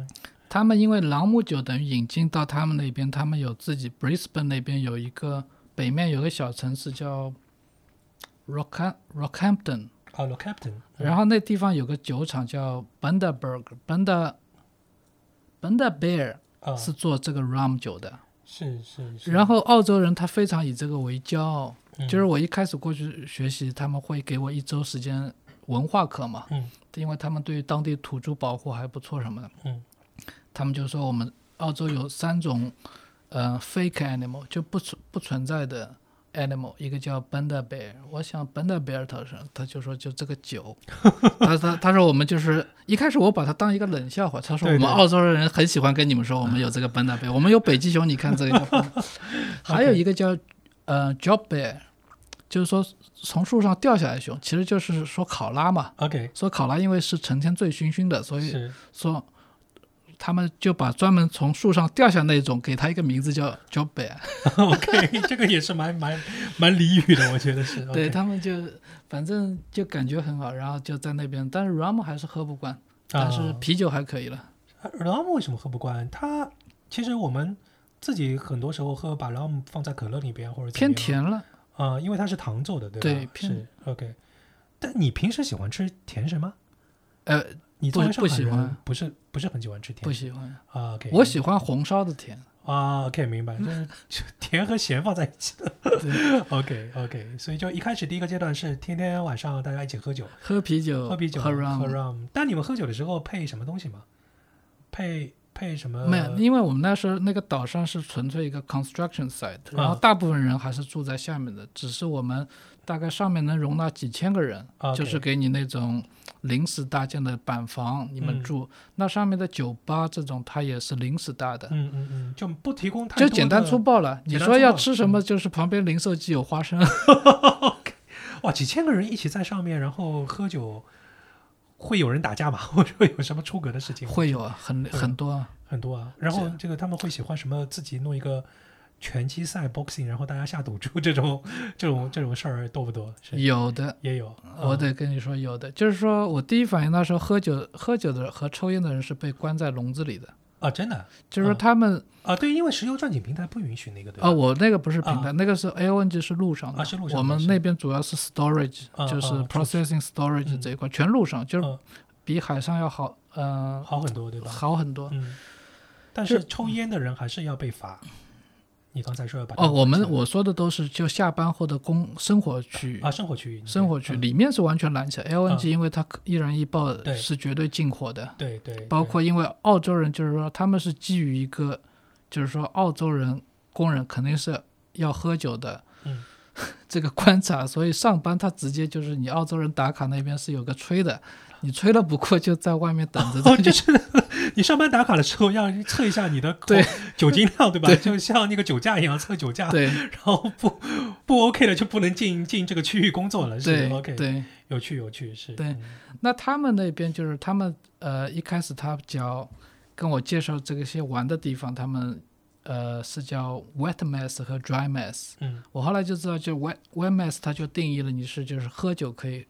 Speaker 4: 他们因为朗姆酒等于引进到他们那边，他们有自己 Brisbane 那边有一个北面有个小城市叫 Rock Rockhampton，
Speaker 3: 啊 l o c a p t a i n
Speaker 4: 然后那地方有个酒厂叫 Bundaberg Bunda Bunda Bear
Speaker 3: 啊
Speaker 4: 是做这个 rum 酒的。
Speaker 3: 是是是，
Speaker 4: 然后澳洲人他非常以这个为骄傲，
Speaker 3: 嗯
Speaker 4: 就是我一开始过去学习，他们会给我一周时间文化课嘛，
Speaker 3: 嗯
Speaker 4: 因为他们对于当地土著保护还不错什么的，
Speaker 3: 嗯
Speaker 4: 他们就说我们澳洲有三种，呃，fake animal 就不存不存在的 animal，一个叫 Banda Bear，我想 Banda Bear 他说他就说就这个 酒，他他他说我们就是一开始我把它当一个冷笑话，他说
Speaker 3: 对
Speaker 4: 我们
Speaker 3: 对
Speaker 4: 澳洲人很喜欢跟你们说我们有这个 Banda Bear，我们有北极熊，你 看这个叫 Banda Bear 还有一个叫呃 Job Bear，就是说从树上掉下来的熊，其实就是说考拉嘛。
Speaker 3: OK
Speaker 4: 说考拉因为是成天醉醺醺的，所以
Speaker 3: 是
Speaker 4: 说他们就把专门从树上掉下那种给它一个名字叫 j 北，
Speaker 3: OK，这个也是蛮 蛮蛮俚语的，我觉得是。OK
Speaker 4: 对他们就反正就感觉很好，然后就在那边，但是 rum 还是喝不惯，但是
Speaker 3: 啊
Speaker 4: 啤酒还可以了。
Speaker 3: rum 为什么喝不惯？它其实我们自己很多时候喝，把 rum 放在可乐里边或者
Speaker 4: 偏
Speaker 3: 怎么样
Speaker 4: 甜了，
Speaker 3: 啊、因为它是糖做的，对吧？
Speaker 4: 对偏
Speaker 3: 是 OK。但你平时喜欢吃甜食吗？
Speaker 4: 呃，
Speaker 3: 你作为
Speaker 4: 不
Speaker 3: 上海
Speaker 4: 不喜
Speaker 3: 人
Speaker 4: 欢，
Speaker 3: 不是不是很喜欢吃甜
Speaker 4: 不
Speaker 3: 食
Speaker 4: 喜欢。
Speaker 3: 啊？OK，
Speaker 4: 我喜欢红烧的甜，
Speaker 3: 啊，OK，明白， 就是就甜和咸放在一起的。OK OK，所以就一开始第一个阶段是天天晚上大家一起喝酒，
Speaker 4: 喝啤酒，
Speaker 3: 喝啤酒，
Speaker 4: 喝
Speaker 3: 喝
Speaker 4: rum。
Speaker 3: rum。但你们喝酒的时候配什么东西吗？配配什么？
Speaker 4: 没有，因为我们那时候那个岛上是纯粹一个 construction site，然后
Speaker 3: 啊
Speaker 4: 大部分人还是住在下面的，只是我们大概上面能容纳几千个人，
Speaker 3: 啊 OK
Speaker 4: 就是给你那种临时搭建的板房，你们
Speaker 3: 嗯
Speaker 4: 住。那上面的酒吧这种，它也是临时搭的，
Speaker 3: 嗯嗯嗯，就不提供太多
Speaker 4: 就
Speaker 3: 的
Speaker 4: 简单粗暴了。你
Speaker 3: 简单
Speaker 4: 说
Speaker 3: 粗
Speaker 4: 要
Speaker 3: 暴
Speaker 4: 吃什么，就是旁边零售机有花生。
Speaker 3: 哇，几千个人一起在上面，然后喝酒，会有人打架吗？ 或者会有什么出格的事情？
Speaker 4: 会有啊，很
Speaker 3: 对
Speaker 4: 很多啊。
Speaker 3: 很多啊。然后
Speaker 4: 是
Speaker 3: 这个他们会喜欢什么？自己弄一个拳击赛 boxing，然后大家下赌注这种 这种这种事儿多不多？是
Speaker 4: 有的，
Speaker 3: 也有。
Speaker 4: 我
Speaker 3: 嗯
Speaker 4: 得跟你说有的，就是说我第一反应那时候喝酒喝酒的和抽烟的人是被关在笼子里的，
Speaker 3: 啊，真的
Speaker 4: 就是说
Speaker 3: 嗯
Speaker 4: 他们。
Speaker 3: 啊，对，因为石油钻井平台不允许那个，对吧？
Speaker 4: 哦，我那个不是平台，
Speaker 3: 啊
Speaker 4: 那个是 A O N G 是路上的，
Speaker 3: 啊是路上的
Speaker 4: 我们
Speaker 3: 是
Speaker 4: 那边主要是 storage，、
Speaker 3: 啊
Speaker 4: 就是
Speaker 3: 啊
Speaker 4: processing storage
Speaker 3: 嗯
Speaker 4: 这一块，全路上，就是
Speaker 3: 嗯
Speaker 4: 比海上要好，嗯、
Speaker 3: 好很多，对吧？
Speaker 4: 好很多。
Speaker 3: 嗯，但
Speaker 4: 就是
Speaker 3: 抽烟的人还是要被罚。你刚才说要把
Speaker 4: 哦，我们
Speaker 3: 我
Speaker 4: 我说的都是就下班后的工生活区域。
Speaker 3: 啊生活区域
Speaker 4: 生活区
Speaker 3: 嗯
Speaker 4: 里面是完全拦起来，L N G 因为它可一人一报
Speaker 3: 对
Speaker 4: 是绝对禁火的，
Speaker 3: 对对，
Speaker 4: 包括因为澳洲人就是说他们是基于一个，就是说澳洲人工人肯定是要喝酒的，
Speaker 3: 嗯
Speaker 4: 这个观察，所以上班他直接就是你澳洲人打卡那边是有个吹的，你吹了不过就在外面等着，
Speaker 3: 哦，就是你上班打卡的时候要测一下你的口
Speaker 4: 对
Speaker 3: 酒精量，对吧？
Speaker 4: 对
Speaker 3: 就像那个酒驾一样测酒驾，
Speaker 4: 对
Speaker 3: 然后不不 OK 的就不能进进这个区域工作了，是
Speaker 4: 对
Speaker 3: OK，
Speaker 4: 对。
Speaker 3: 有趣有趣是，
Speaker 4: 对
Speaker 3: 嗯
Speaker 4: 那他们那边就是他们呃一开始他叫跟我介绍这个些玩的地方，他们呃是叫 wet mess 和 dry mess。
Speaker 3: 嗯
Speaker 4: 我后来就知道，就 wet wet mess 它就定义了你是就是喝酒可以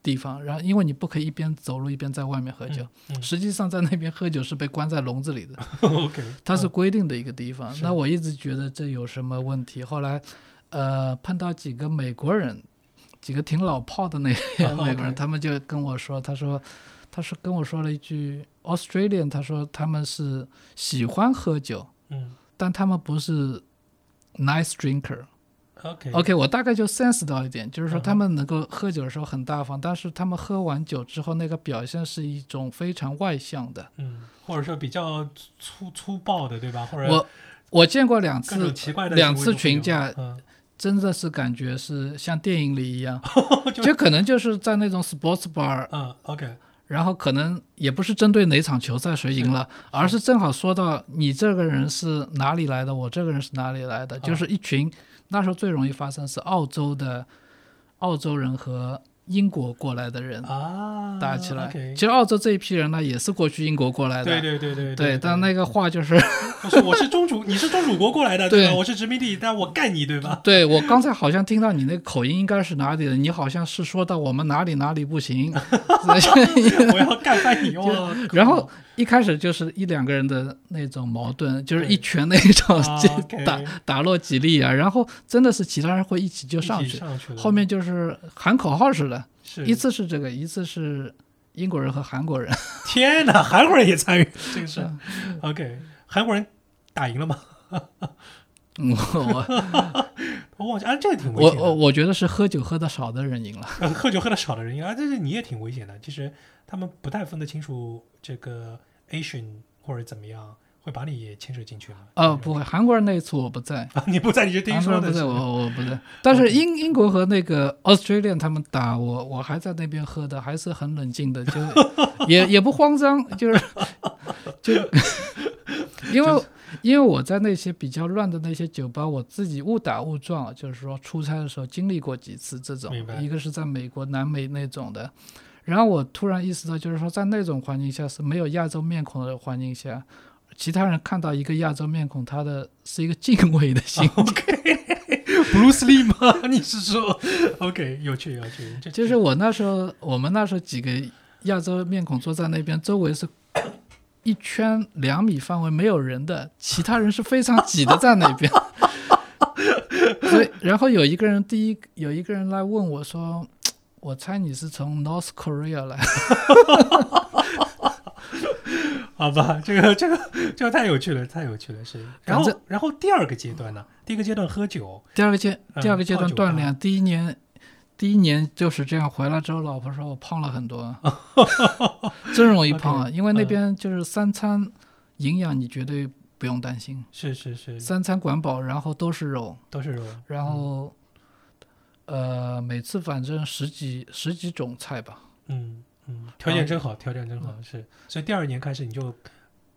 Speaker 4: 地方，然后因为你不可以一边走路一边在外面喝酒，
Speaker 3: 嗯嗯
Speaker 4: 实际上在那边喝酒是被关在笼子里的，
Speaker 3: OK，
Speaker 4: 它是
Speaker 3: 嗯
Speaker 4: 规定的一个地方。
Speaker 3: 是
Speaker 4: 那我一直觉得这有什么问题，后来，呃，碰到几个美国人，几个挺老炮的那 些
Speaker 3: 哦
Speaker 4: 美国人，
Speaker 3: ，OK
Speaker 4: 他们就跟我说，他说，他是跟我说了一句 Australian，他说他们是喜欢喝酒，
Speaker 3: 嗯
Speaker 4: 但他们不是 nice drinker。
Speaker 3: ，OK
Speaker 4: OK，我大概就 sense 到一点，就是说
Speaker 3: 嗯哼
Speaker 4: 他们能够喝酒的时候很大方，但是他们喝完酒之后那个表现是一种非常外向的。
Speaker 3: 嗯，或者说比较粗粗暴的，对吧？或者
Speaker 4: 我我见过两
Speaker 3: 各种
Speaker 4: 次，
Speaker 3: 奇怪的
Speaker 4: 两
Speaker 3: 行为
Speaker 4: 次
Speaker 3: 都会有
Speaker 4: 群架
Speaker 3: 嗯，
Speaker 4: 真的是感觉是像电影里一样，就可能就是在那种 sports bar，
Speaker 3: 嗯，OK，
Speaker 4: 然后可能也不是针对哪场球赛谁赢了，而是正好说到你这个人是哪里来的，我这个人是哪里来的，
Speaker 3: 嗯
Speaker 4: 就是一群那时候最容易发生是澳洲的澳洲人和英国过来的人。
Speaker 3: 啊，
Speaker 4: 打起来。
Speaker 3: ，OK，
Speaker 4: 其实澳洲这一批人呢，也是过去英国过来的，
Speaker 3: 对对对对对
Speaker 4: 对但那个话就是，
Speaker 3: 我是我是宗主，你是宗主国过来的，对吧？
Speaker 4: 对
Speaker 3: 我是殖民地，但我干你，对吧？
Speaker 4: 对我刚才好像听到你那个口音应该是哪里的，你好像是说到我们哪里哪里不行，所 以
Speaker 3: 我要干翻你哦。
Speaker 4: 然后一开始就是一两个人的那种矛盾，就是一拳那种
Speaker 3: 啊
Speaker 4: 就
Speaker 3: OK
Speaker 4: 打、打落几粒啊，然后真的是其他人会一起就
Speaker 3: 就
Speaker 4: 上去，
Speaker 3: 上去了，
Speaker 4: 后面就是喊口号似的，
Speaker 3: 是
Speaker 4: 一次是这个，一次是英国人和韩国人，
Speaker 3: 天哪，韩国人也参与这个事
Speaker 4: 嗯。
Speaker 3: OK，韩国人打赢了吗？
Speaker 4: 嗯我我。
Speaker 3: 我忘记，啊，这个挺危
Speaker 4: 我
Speaker 3: 险的。
Speaker 4: 我我觉得是喝酒喝的少的人赢了。
Speaker 3: 呃喝酒喝的少的人，啊，这是你也挺危险的。其实他们不太分得清楚这个 Asian 或者怎么样，会把你也牵扯进去吗？
Speaker 4: 哦，不会，韩国人那一次我不在，
Speaker 3: 啊， 你不在你就听
Speaker 4: 韩国
Speaker 3: 说的
Speaker 4: 人不
Speaker 3: 是
Speaker 4: 在，我我不在。但是英英国和那个 Australian 他们打我，我还在那边喝的，还是很冷静的，就 也也不慌张，就是就 因为因为我在那些比较乱的那些酒吧，我自己误打误撞，就是说出差的时候经历过几次这种
Speaker 3: 明白，
Speaker 4: 一个是在美国南美那种的。然后我突然意识到，就是说，在那种环境下是没有亚洲面孔的环境下，其他人看到一个亚洲面孔，他的是一个敬畏的心
Speaker 3: Bruce Lee 吗？你是说 OK？有趣有趣，这
Speaker 4: 就是我那时候，我们那时候几个亚洲面孔坐在那边，周围是一圈两米范围没有人的，其他人是非常挤的在那边。 所以，然后有一个人，第一有一个人来问我说：“我猜你是从 North Korea 来
Speaker 3: 好吧，这个这个这个太有趣了，太有趣了，是。然
Speaker 4: 反
Speaker 3: 后
Speaker 4: 正
Speaker 3: 然后第二个阶段呢？第一个阶段喝酒，？”
Speaker 4: 第二个阶
Speaker 3: 嗯
Speaker 4: 第二个阶段
Speaker 3: 泡酒吧
Speaker 4: 锻炼，第一年第一年就是这样。回来之后，老婆说我胖了很多，真容易胖啊，因为那边就是三餐营养，你绝对不用担心。
Speaker 3: 是是是，
Speaker 4: 三餐管饱，然后都是肉，
Speaker 3: 都是肉。
Speaker 4: 然后，呃，每次反正十几十几种菜吧。
Speaker 3: 嗯嗯，条件真好，条件真
Speaker 4: 嗯
Speaker 3: 好，是。所以第二年开始你就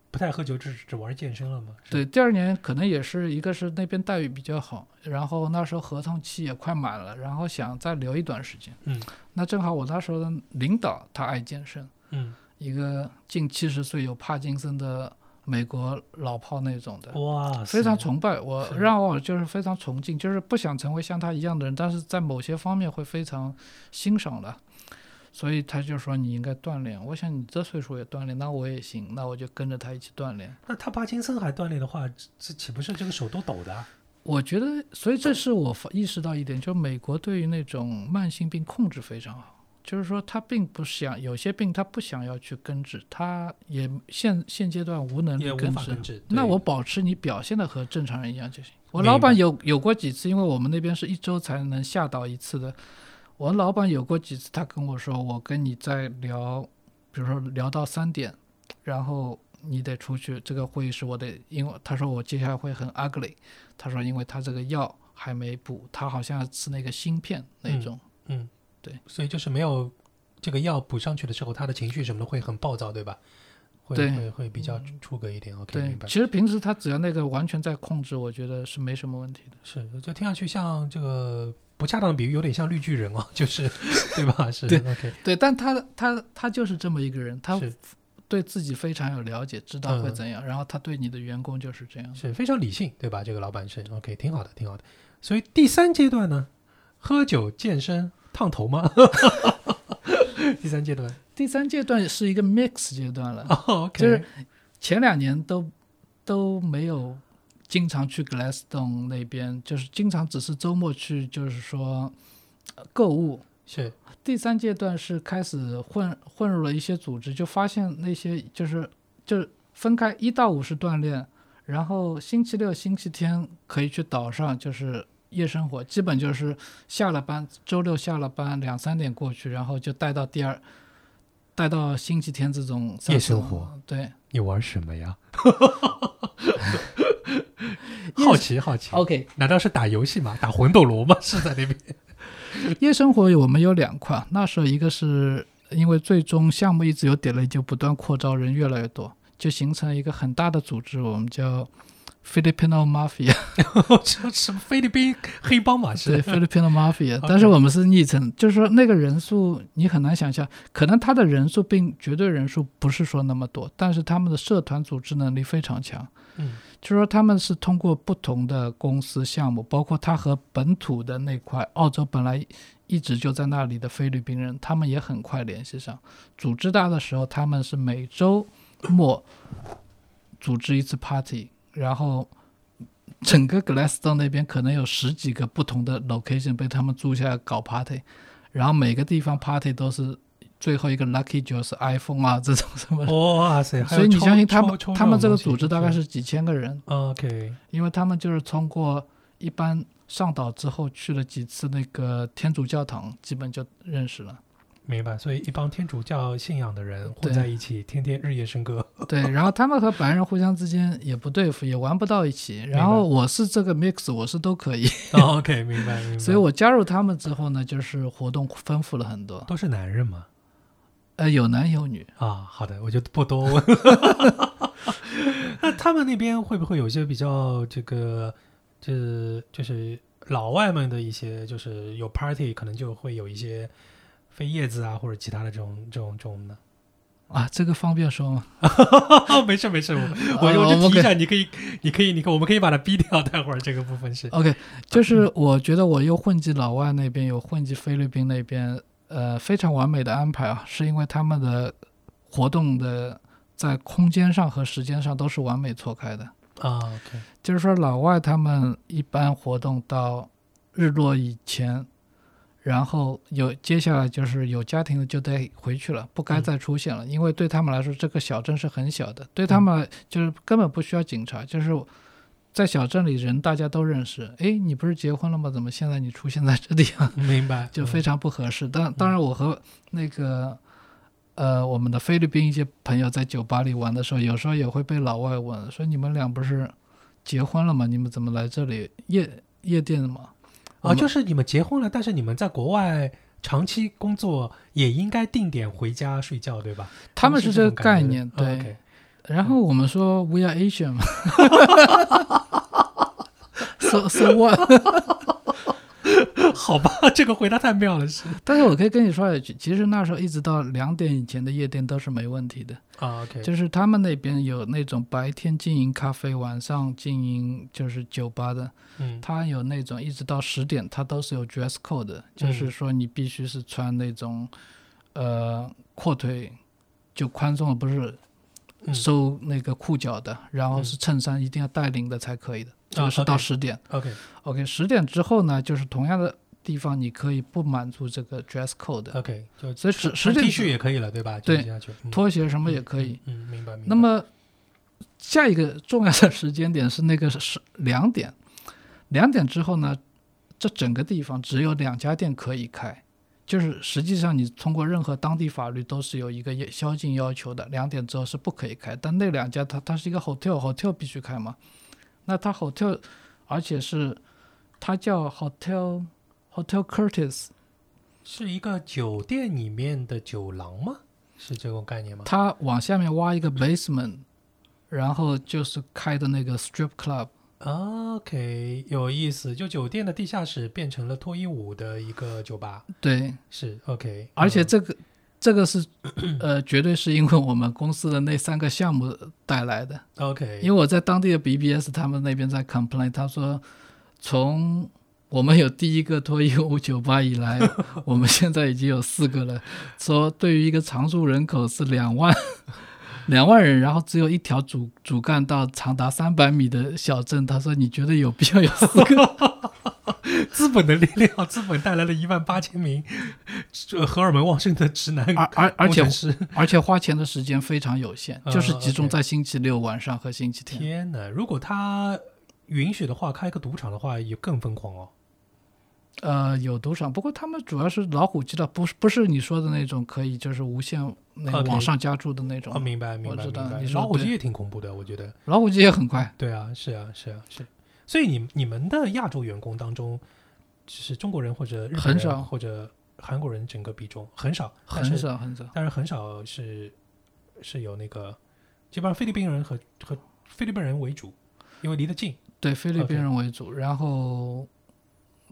Speaker 3: 不太喝酒，只只玩健身了嘛？是
Speaker 4: 对，第二年可能也是一个是那边待遇比较好，然后那时候合同期也快满了，然后想再留一段时间。
Speaker 3: 嗯，
Speaker 4: 那正好我那时候的领导他爱健身，
Speaker 3: 嗯，
Speaker 4: 一个近七十岁有帕金森的美国老炮那种的，
Speaker 3: 哇，
Speaker 4: 非常。崇拜我，
Speaker 3: 啊是
Speaker 4: 让我就是非常崇敬，就是不想成为像他一样的人，但是在某些方面会非常欣赏的。所以他就说你应该锻炼。我想你这岁数也锻炼，那我也行，那我就跟着他一起锻炼。
Speaker 3: 那他帕金森还锻炼的话，这这岂不是这个手都抖的啊？
Speaker 4: 我觉得，所以这是我发意识到一点，就是美国对于那种慢性病控制非常好，就是说他并不想有些病他不想要去根治，他也现现阶段无能力
Speaker 3: 也无
Speaker 4: 根
Speaker 3: 法
Speaker 4: 治
Speaker 3: 根。治。
Speaker 4: 那
Speaker 3: 对
Speaker 4: 我保持你表现的和正常人一样就行。我
Speaker 3: 明白
Speaker 4: 老板有有过几次，因为我们那边是一周才能下到一次的，我老板有过几次，他跟我说，我跟你在聊，比如说聊到三点，然后你得出去，这个会议室我得，因为他说我接下来会很 ugly，他说因为他这个药还没补，他好像吃那个芯片那
Speaker 3: 嗯
Speaker 4: 种，
Speaker 3: 所以就是没有这个药补上去的时候，他的情绪什么的会很暴躁，对吧？会
Speaker 4: 对
Speaker 3: 会会比较出格一点。OK，明白
Speaker 4: 对，。其实平时他只要那个完全在控制，我觉得是没什么问题的。
Speaker 3: 是，就听上去像这个不恰当的比喻，有点像绿巨人哦， 就是对吧？是
Speaker 4: 对
Speaker 3: OK，
Speaker 4: 对，但他他他就是这么一个人，他
Speaker 3: 是
Speaker 4: 对自己非常有了解，知道会
Speaker 3: 嗯
Speaker 4: 怎样，然后他对你的员工就是这样。
Speaker 3: 是非常理性，对吧？这个老板是 OK，挺好的，挺好的。所以第三阶段呢，喝酒、健身、烫头吗？ 第三 阶段。
Speaker 4: 第三阶段是一个 mix 阶段了，
Speaker 3: 哦，OK，
Speaker 4: 啊就是前两年都都没有经常去 Glassstone 那边，就是经常只是周末去，就是说呃购物。
Speaker 3: 是
Speaker 4: 第三阶段是开始混混入了一些组织，就发现那些就是就是分开一到五是锻炼，然后星期六、星期天可以去岛上，就是夜生活，基本就是下了班，周六下了班两三点过去，然后就带到第二，带到星期天这种
Speaker 3: 夜生
Speaker 4: 活
Speaker 3: 活。
Speaker 4: 对，
Speaker 3: 你玩什么 呀？
Speaker 4: 夜
Speaker 3: 好奇好奇
Speaker 4: OK，
Speaker 3: 难道是打游戏吗？打魂斗罗吗？ 是在那边？
Speaker 4: 夜生活我们有两块，那时候一个是因为最终项目一直有 delay，就不断扩招，人越来越多，就形成一个很大的组织，我们叫 Filipino Mafia，
Speaker 3: 这什么菲律宾黑帮嘛？是
Speaker 4: 对 Filipino Mafia，
Speaker 3: OK
Speaker 4: 但是我们是昵称，就是说那个人数你很难想象，可能他的人数并绝对人数不是说那么多，但是他们的社团组织能力非常强。
Speaker 3: 嗯
Speaker 4: 就是说他们是通过不同的公司项目，包括他和本土的那块澳洲本来一直就在那里的菲律宾人，他们也很快联系上。组织大的时候，他们是每周末组织一次 party，然后整个 Glassstone 那边可能有十几个不同的 location 被他们租下来搞 party，然后每个地方 party 都是最后一个 lucky 就是 iPhone 啊这种什么 的。
Speaker 3: 哇塞！哦还有
Speaker 4: 所以你
Speaker 3: 抽
Speaker 4: 相信他
Speaker 3: 抽
Speaker 4: 们
Speaker 3: 抽，
Speaker 4: 他们这个
Speaker 3: 种东
Speaker 4: 组
Speaker 3: 西
Speaker 4: 织大概是几千个人，
Speaker 3: OK
Speaker 4: 因为他们就是通过一般上岛之后去了几次那个天主教堂，基本就认识了。
Speaker 3: 明白。所以一帮天主教信仰的人混
Speaker 4: 对
Speaker 3: 在一起，天天日夜笙 歌。
Speaker 4: 对，然后他们和白人互相之间也不对付，也玩不到一起。
Speaker 3: 白
Speaker 4: 然后我是这个 mix，我是都可以，
Speaker 3: 哦 OK，明白明白。
Speaker 4: 所以我加入他们之后呢，就是活动丰富了很多。
Speaker 3: 都是男人嘛。
Speaker 4: 呃，有男有女，
Speaker 3: 啊，好的，我就不多问。 那他们那边会不会有一些比较这个，就是就是老外们的一些，就是有 party 可能就会有一些飞叶子啊，或者其他的这种这种这种的。
Speaker 4: 啊，这个方便说吗？
Speaker 3: 哦，没事没事，我我我
Speaker 4: 啊
Speaker 3: 就
Speaker 4: 我
Speaker 3: 提一
Speaker 4: 们
Speaker 3: 下，你可以你可以你可以我们可以把它逼掉，待会儿这个部分是
Speaker 4: OK，就是我觉得我又混迹老外那边，有混迹菲律宾那边，呃，非常完美的安排啊，是因为他们的活动的在空间上和时间上都是完美错开的。
Speaker 3: 啊，OK，
Speaker 4: 就是说，老外他们一般活动到日落以前，然后有接下来就是有家庭的就得回去了，不该再出现了，因为对他们来说，这个小镇是很小的，对他们来就是根本不需要警察，就是在小镇里人大家都认识。诶，你不是结婚了吗？怎么现在你出现在这里啊？
Speaker 3: 明白，
Speaker 4: 就非常不合适。
Speaker 3: 嗯
Speaker 4: 当当然，我和那个呃我们的菲律宾一些朋友在酒吧里玩的时候，有时候也会被老外问说：“你们俩不是结婚了吗？你们怎么来这里夜夜店嘛
Speaker 3: 啊，
Speaker 4: 我们
Speaker 3: 就是你们结婚了，但是你们在国外长期工作，也应该定点回家睡觉，对吧？？”
Speaker 4: 他们
Speaker 3: 哦是
Speaker 4: 是这个
Speaker 3: 种感
Speaker 4: 概
Speaker 3: 觉
Speaker 4: 念，
Speaker 3: 的啊
Speaker 4: 对。
Speaker 3: ，OK 嗯
Speaker 4: 然后我们说 “We are Asian” 嘛，so so what？
Speaker 3: 好 吧，这个回答太妙了，是
Speaker 4: 但是我可以跟你说一句，其实那时候一直到两点以前的夜店都是没问题的。
Speaker 3: 啊，OK，
Speaker 4: 就是他们那边有那种白天经营咖啡，晚上经营就是酒吧的，
Speaker 3: 嗯，
Speaker 4: 他有那种一直到十点，他都是有 dress code 的，就是说你必须是穿那种，呃，阔腿就宽松的，不是
Speaker 3: 嗯
Speaker 4: 收那个裤脚的，然后是衬衫一定要带领的才可以的，这个是
Speaker 3: 嗯哦
Speaker 4: 到
Speaker 3: OK
Speaker 4: 十点。
Speaker 3: OK
Speaker 4: OK，十点之后呢，就是同样的地方你可以不满足这个 dress code 的，
Speaker 3: OK，就
Speaker 4: 所以十十
Speaker 3: 穿 T
Speaker 4: 点
Speaker 3: 恤也可以了，对吧？
Speaker 4: 对
Speaker 3: 就这样去，嗯
Speaker 4: 拖鞋什么也可以。，
Speaker 3: 嗯，嗯明白明白。
Speaker 4: 那么下一个重要的时间点是那个是两点，两点之后呢，这整个地方只有两家店可以开，就是实际上你通过任何当地法律都是有一个夜宵禁要求的，两点之后是不可以开，但那两家它它是一个 hotel，hotel 必须开嘛，那它 hotel 而且是它叫 hotel hotel Curtis，
Speaker 3: 是一个酒店里面的酒廊吗？是这种概念吗？
Speaker 4: 它往下面挖一个 basement，然后就是开的那个 strip club。
Speaker 3: 啊 OK，有意思。就酒店的地下室变成了脱衣舞的一个酒吧，
Speaker 4: 对，
Speaker 3: 是 OK。嗯
Speaker 4: 而且这个、这个是 呃，绝对是因为我们公司的那三个项目带来的。
Speaker 3: OK，
Speaker 4: 因为我在当地的 BBS，他们那边在 complain，他说从我们有第一个脱衣舞酒吧以 来，我们现在已经有四个了。说对于一个常住人口是两万 两万人，然后只有一条主主干道长达三百米的小镇，他说你觉得有必要有四个？
Speaker 3: 资本的力量，资本带来了一万八千名这荷尔蒙旺盛的直男
Speaker 4: 而而而且
Speaker 3: 工程师
Speaker 4: 而且花钱的时间非常有限，就是
Speaker 3: 嗯
Speaker 4: 集中
Speaker 3: OK
Speaker 4: 在星期六晚上和星期天。
Speaker 3: 天哪！如果他允许的话，开个赌场的话，也更疯狂哦。
Speaker 4: 呃，有赌场，不过他们主要是老虎机了，不是不是你说的那种可以就是无限那个
Speaker 3: OK
Speaker 4: 往上加注的那种。
Speaker 3: 哦，明白，明白，
Speaker 4: 知
Speaker 3: 明
Speaker 4: 道
Speaker 3: 白
Speaker 4: 你。说
Speaker 3: 老虎机
Speaker 4: 对
Speaker 3: 也挺恐怖的，我觉得。
Speaker 4: 老虎机也很快，
Speaker 3: 对啊，是啊，是啊，是。所以你你们的亚洲员工当中，就是中国人或者日本人
Speaker 4: 很少
Speaker 3: 或者韩国人，整个比重很少，但
Speaker 4: 很
Speaker 3: 是，
Speaker 4: 少很少。
Speaker 3: 但是很少是是有那个，基本上菲律宾人和和菲律宾人为主，因为离得近。
Speaker 4: 对菲律
Speaker 3: OK
Speaker 4: 宾人为主，然后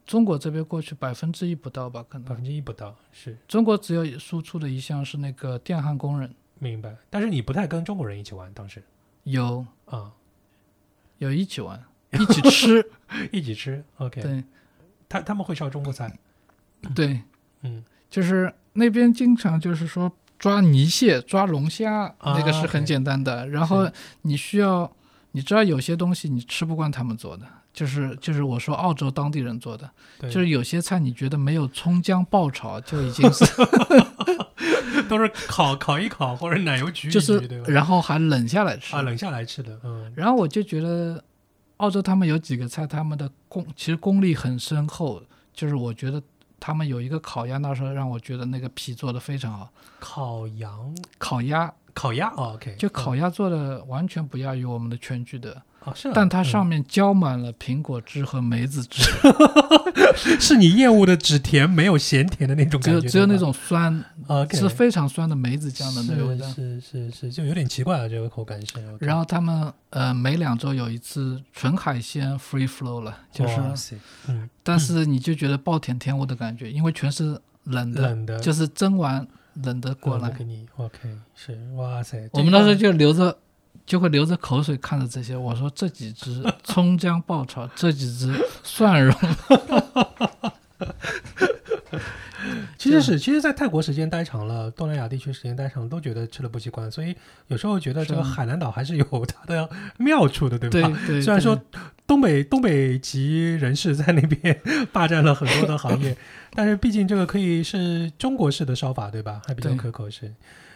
Speaker 4: 中国这边过去百分之一不到吧，可
Speaker 3: 百
Speaker 4: 能
Speaker 3: 分之一不到，是
Speaker 4: 中国只有输出的一项是那个电焊工人，
Speaker 3: 明白。但是你不太跟中国人一起玩，当时
Speaker 4: 有
Speaker 3: 啊、
Speaker 4: 有一起 玩，一起吃，
Speaker 3: 一起吃。OK，
Speaker 4: 对
Speaker 3: 他他们会烧中国菜，
Speaker 4: 对，
Speaker 3: 嗯，
Speaker 4: 就是那边经常就是说抓泥蟹、抓龙虾，那个
Speaker 3: 啊
Speaker 4: 是很
Speaker 3: 对
Speaker 4: 简单的，然后你需要。你知道有些东西你吃不惯他们做的，就是就是我说澳洲当地人做的，
Speaker 3: 对，
Speaker 4: 就是有些菜你觉得没有葱姜爆炒就已经是
Speaker 3: 都是烤烤一烤或者奶油焗一焗，
Speaker 4: 就是
Speaker 3: 对吧？
Speaker 4: 然后还冷下来吃
Speaker 3: 啊，。冷下来吃的，嗯，
Speaker 4: 然后我就觉得，澳洲他们有几个菜，他们的功其实功力很深厚，就是我觉得他们有一个烤鸭，那时候让我觉得那个皮做的非常好。
Speaker 3: 烤羊、
Speaker 4: 烤鸭
Speaker 3: 烤鸭、哦、，OK，
Speaker 4: 就
Speaker 3: 嗯
Speaker 4: 烤鸭做的完全不亚于我们的全聚德，
Speaker 3: 哦，是啊，
Speaker 4: 但它
Speaker 3: 嗯
Speaker 4: 上面浇满了苹果汁和梅子汁，
Speaker 3: 嗯是你厌恶的只甜没有咸甜的那种
Speaker 4: 只
Speaker 3: 感
Speaker 4: 有
Speaker 3: 觉，
Speaker 4: 只有
Speaker 3: 对吧
Speaker 4: 那种酸，
Speaker 3: OK
Speaker 4: 是非常酸的梅子酱的那个味道。
Speaker 3: 是是是是，就有点奇怪啊，这个口感是。
Speaker 4: 然后他们呃每两周有一次纯海鲜 free flow 了，就是
Speaker 3: 是嗯
Speaker 4: 但是你就觉得暴殄天物的感觉，因为全是冷的，
Speaker 3: 冷的，
Speaker 4: 就是蒸完冷的过
Speaker 3: 冷的
Speaker 4: 来。
Speaker 3: 给你 OK 是哇塞，
Speaker 4: 我们当时
Speaker 3: 这
Speaker 4: 就流着，就会流着口水看着这些。我说这几只葱姜爆炒，这几只蒜蓉，
Speaker 3: 其实是其实，在泰国时间待长了，东南亚地区时间待长了，都觉得吃的不习惯，所以有时候觉得这个
Speaker 4: 是啊
Speaker 3: 海南岛还是有它的 妙处的，对
Speaker 4: 对
Speaker 3: 吧？
Speaker 4: 对。
Speaker 3: 虽然说
Speaker 4: 对
Speaker 3: 东北东北籍人士在那边 霸占了很多的行业，但是毕竟这个可以是中国式的烧法，对吧？还比较
Speaker 4: 对
Speaker 3: 可口是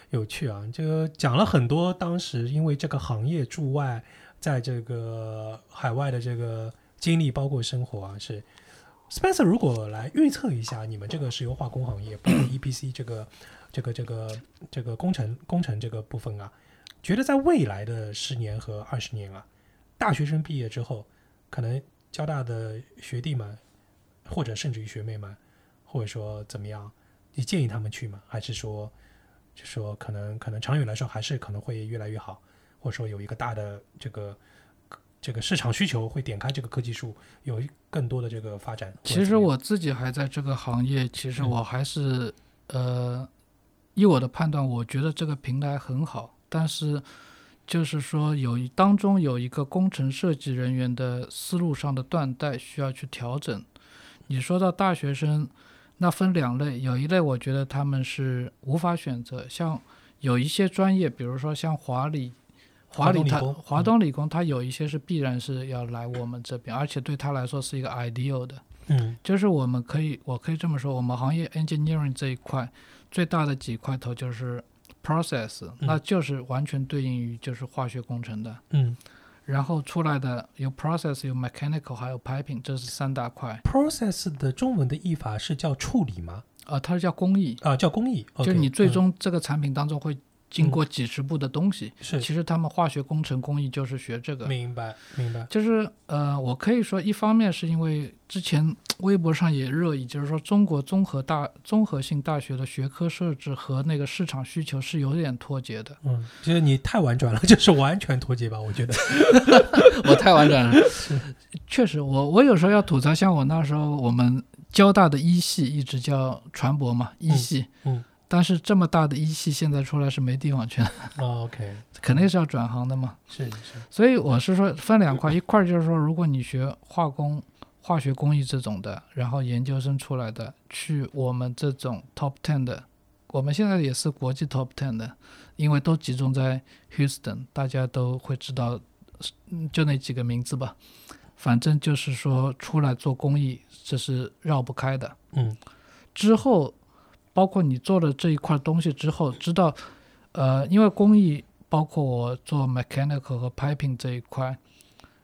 Speaker 3: 有趣啊。这个讲了很多，当时因为这个行业驻外，在这个海外的这个经历，包括生活啊，是 Spencer 如果来预测一下你们这个石油化工行业，包括 EPC 这个这个这个这个工程工程这个部分啊，觉得在未来的十年和二十年啊，大学生毕业之后，可能交大的学弟们，或者甚至于学妹们，或者说怎么样，你建议他们去吗？还是说，就说可能可能长远来说还是可能会越来越好，或者说有一个大的这个这个市场需求会点开这个科技树，有一更多的这个发展。或者
Speaker 4: 其
Speaker 3: 怎
Speaker 4: 实
Speaker 3: 么样
Speaker 4: 我自己还在这个行业，其实
Speaker 3: 嗯
Speaker 4: 我还是、呃，依我的判断，我觉得这个平台很好，但是。就是说有，一当中有一个工程设计人员的思路上的断代需要去调整。你说到大学生，那分两类，有一类我觉得他们是无法选择，像有一些专业，比如说像华理。华
Speaker 3: 华
Speaker 4: 理
Speaker 3: 东理
Speaker 4: 它
Speaker 3: 工
Speaker 4: 华
Speaker 3: 嗯
Speaker 4: 东理工，它有一些是必然是要来我们这边，而且对他来说是一个 ideal 的，
Speaker 3: 嗯
Speaker 4: 就是我们可以，我可以这么说，我们行业 engineering 这一块最大的几块头就是 process，、那就是完全对应于就是化学工程的，
Speaker 3: 嗯
Speaker 4: 然后出来的有 process，有 mechanical，还有 piping，这是三大块，
Speaker 3: ，process 的中文的译法是叫处理吗？
Speaker 4: 啊、它是叫工艺，
Speaker 3: 啊，叫工艺。
Speaker 4: 就是
Speaker 3: OK，
Speaker 4: 你最
Speaker 3: 嗯
Speaker 4: 终这个产品当中会经过几十步的东西，
Speaker 3: 嗯是
Speaker 4: 其实他们化学工程工艺就是学这个，
Speaker 3: 明白明白。
Speaker 4: 就是呃，我可以说，一方面是因为之前微博上也热议，就是说中国综合大综合性大学的学科设置和那个市场需求是有点脱节的。
Speaker 3: 嗯，就是你太婉转了，就是完全脱节吧？我觉得
Speaker 4: 我太婉转了， 确实，我我有时候要吐槽，像我那时候我们交大的一系一直叫船舶嘛，一
Speaker 3: 嗯
Speaker 4: 系，
Speaker 3: 嗯
Speaker 4: 但是这么大的一系现在出来是没地方去了，
Speaker 3: 哦，OK，
Speaker 4: 肯定是要转行的嘛。
Speaker 3: 是是，
Speaker 4: 所以我是说分两块，一块就是说，如果你学化工化学工艺这种的，然后研究生出来的，去我们这种 top ten 的，我们现在也是国际 top ten 的，因为都集中在 Houston，大家都会知道，嗯就那几个名字吧。反正就是说，出来做公益，这是绕不开的。
Speaker 3: 嗯
Speaker 4: 之后，包括你做了这一块东西之后，知道，呃，因为工艺包括我做 mechanical 和 piping 这一块，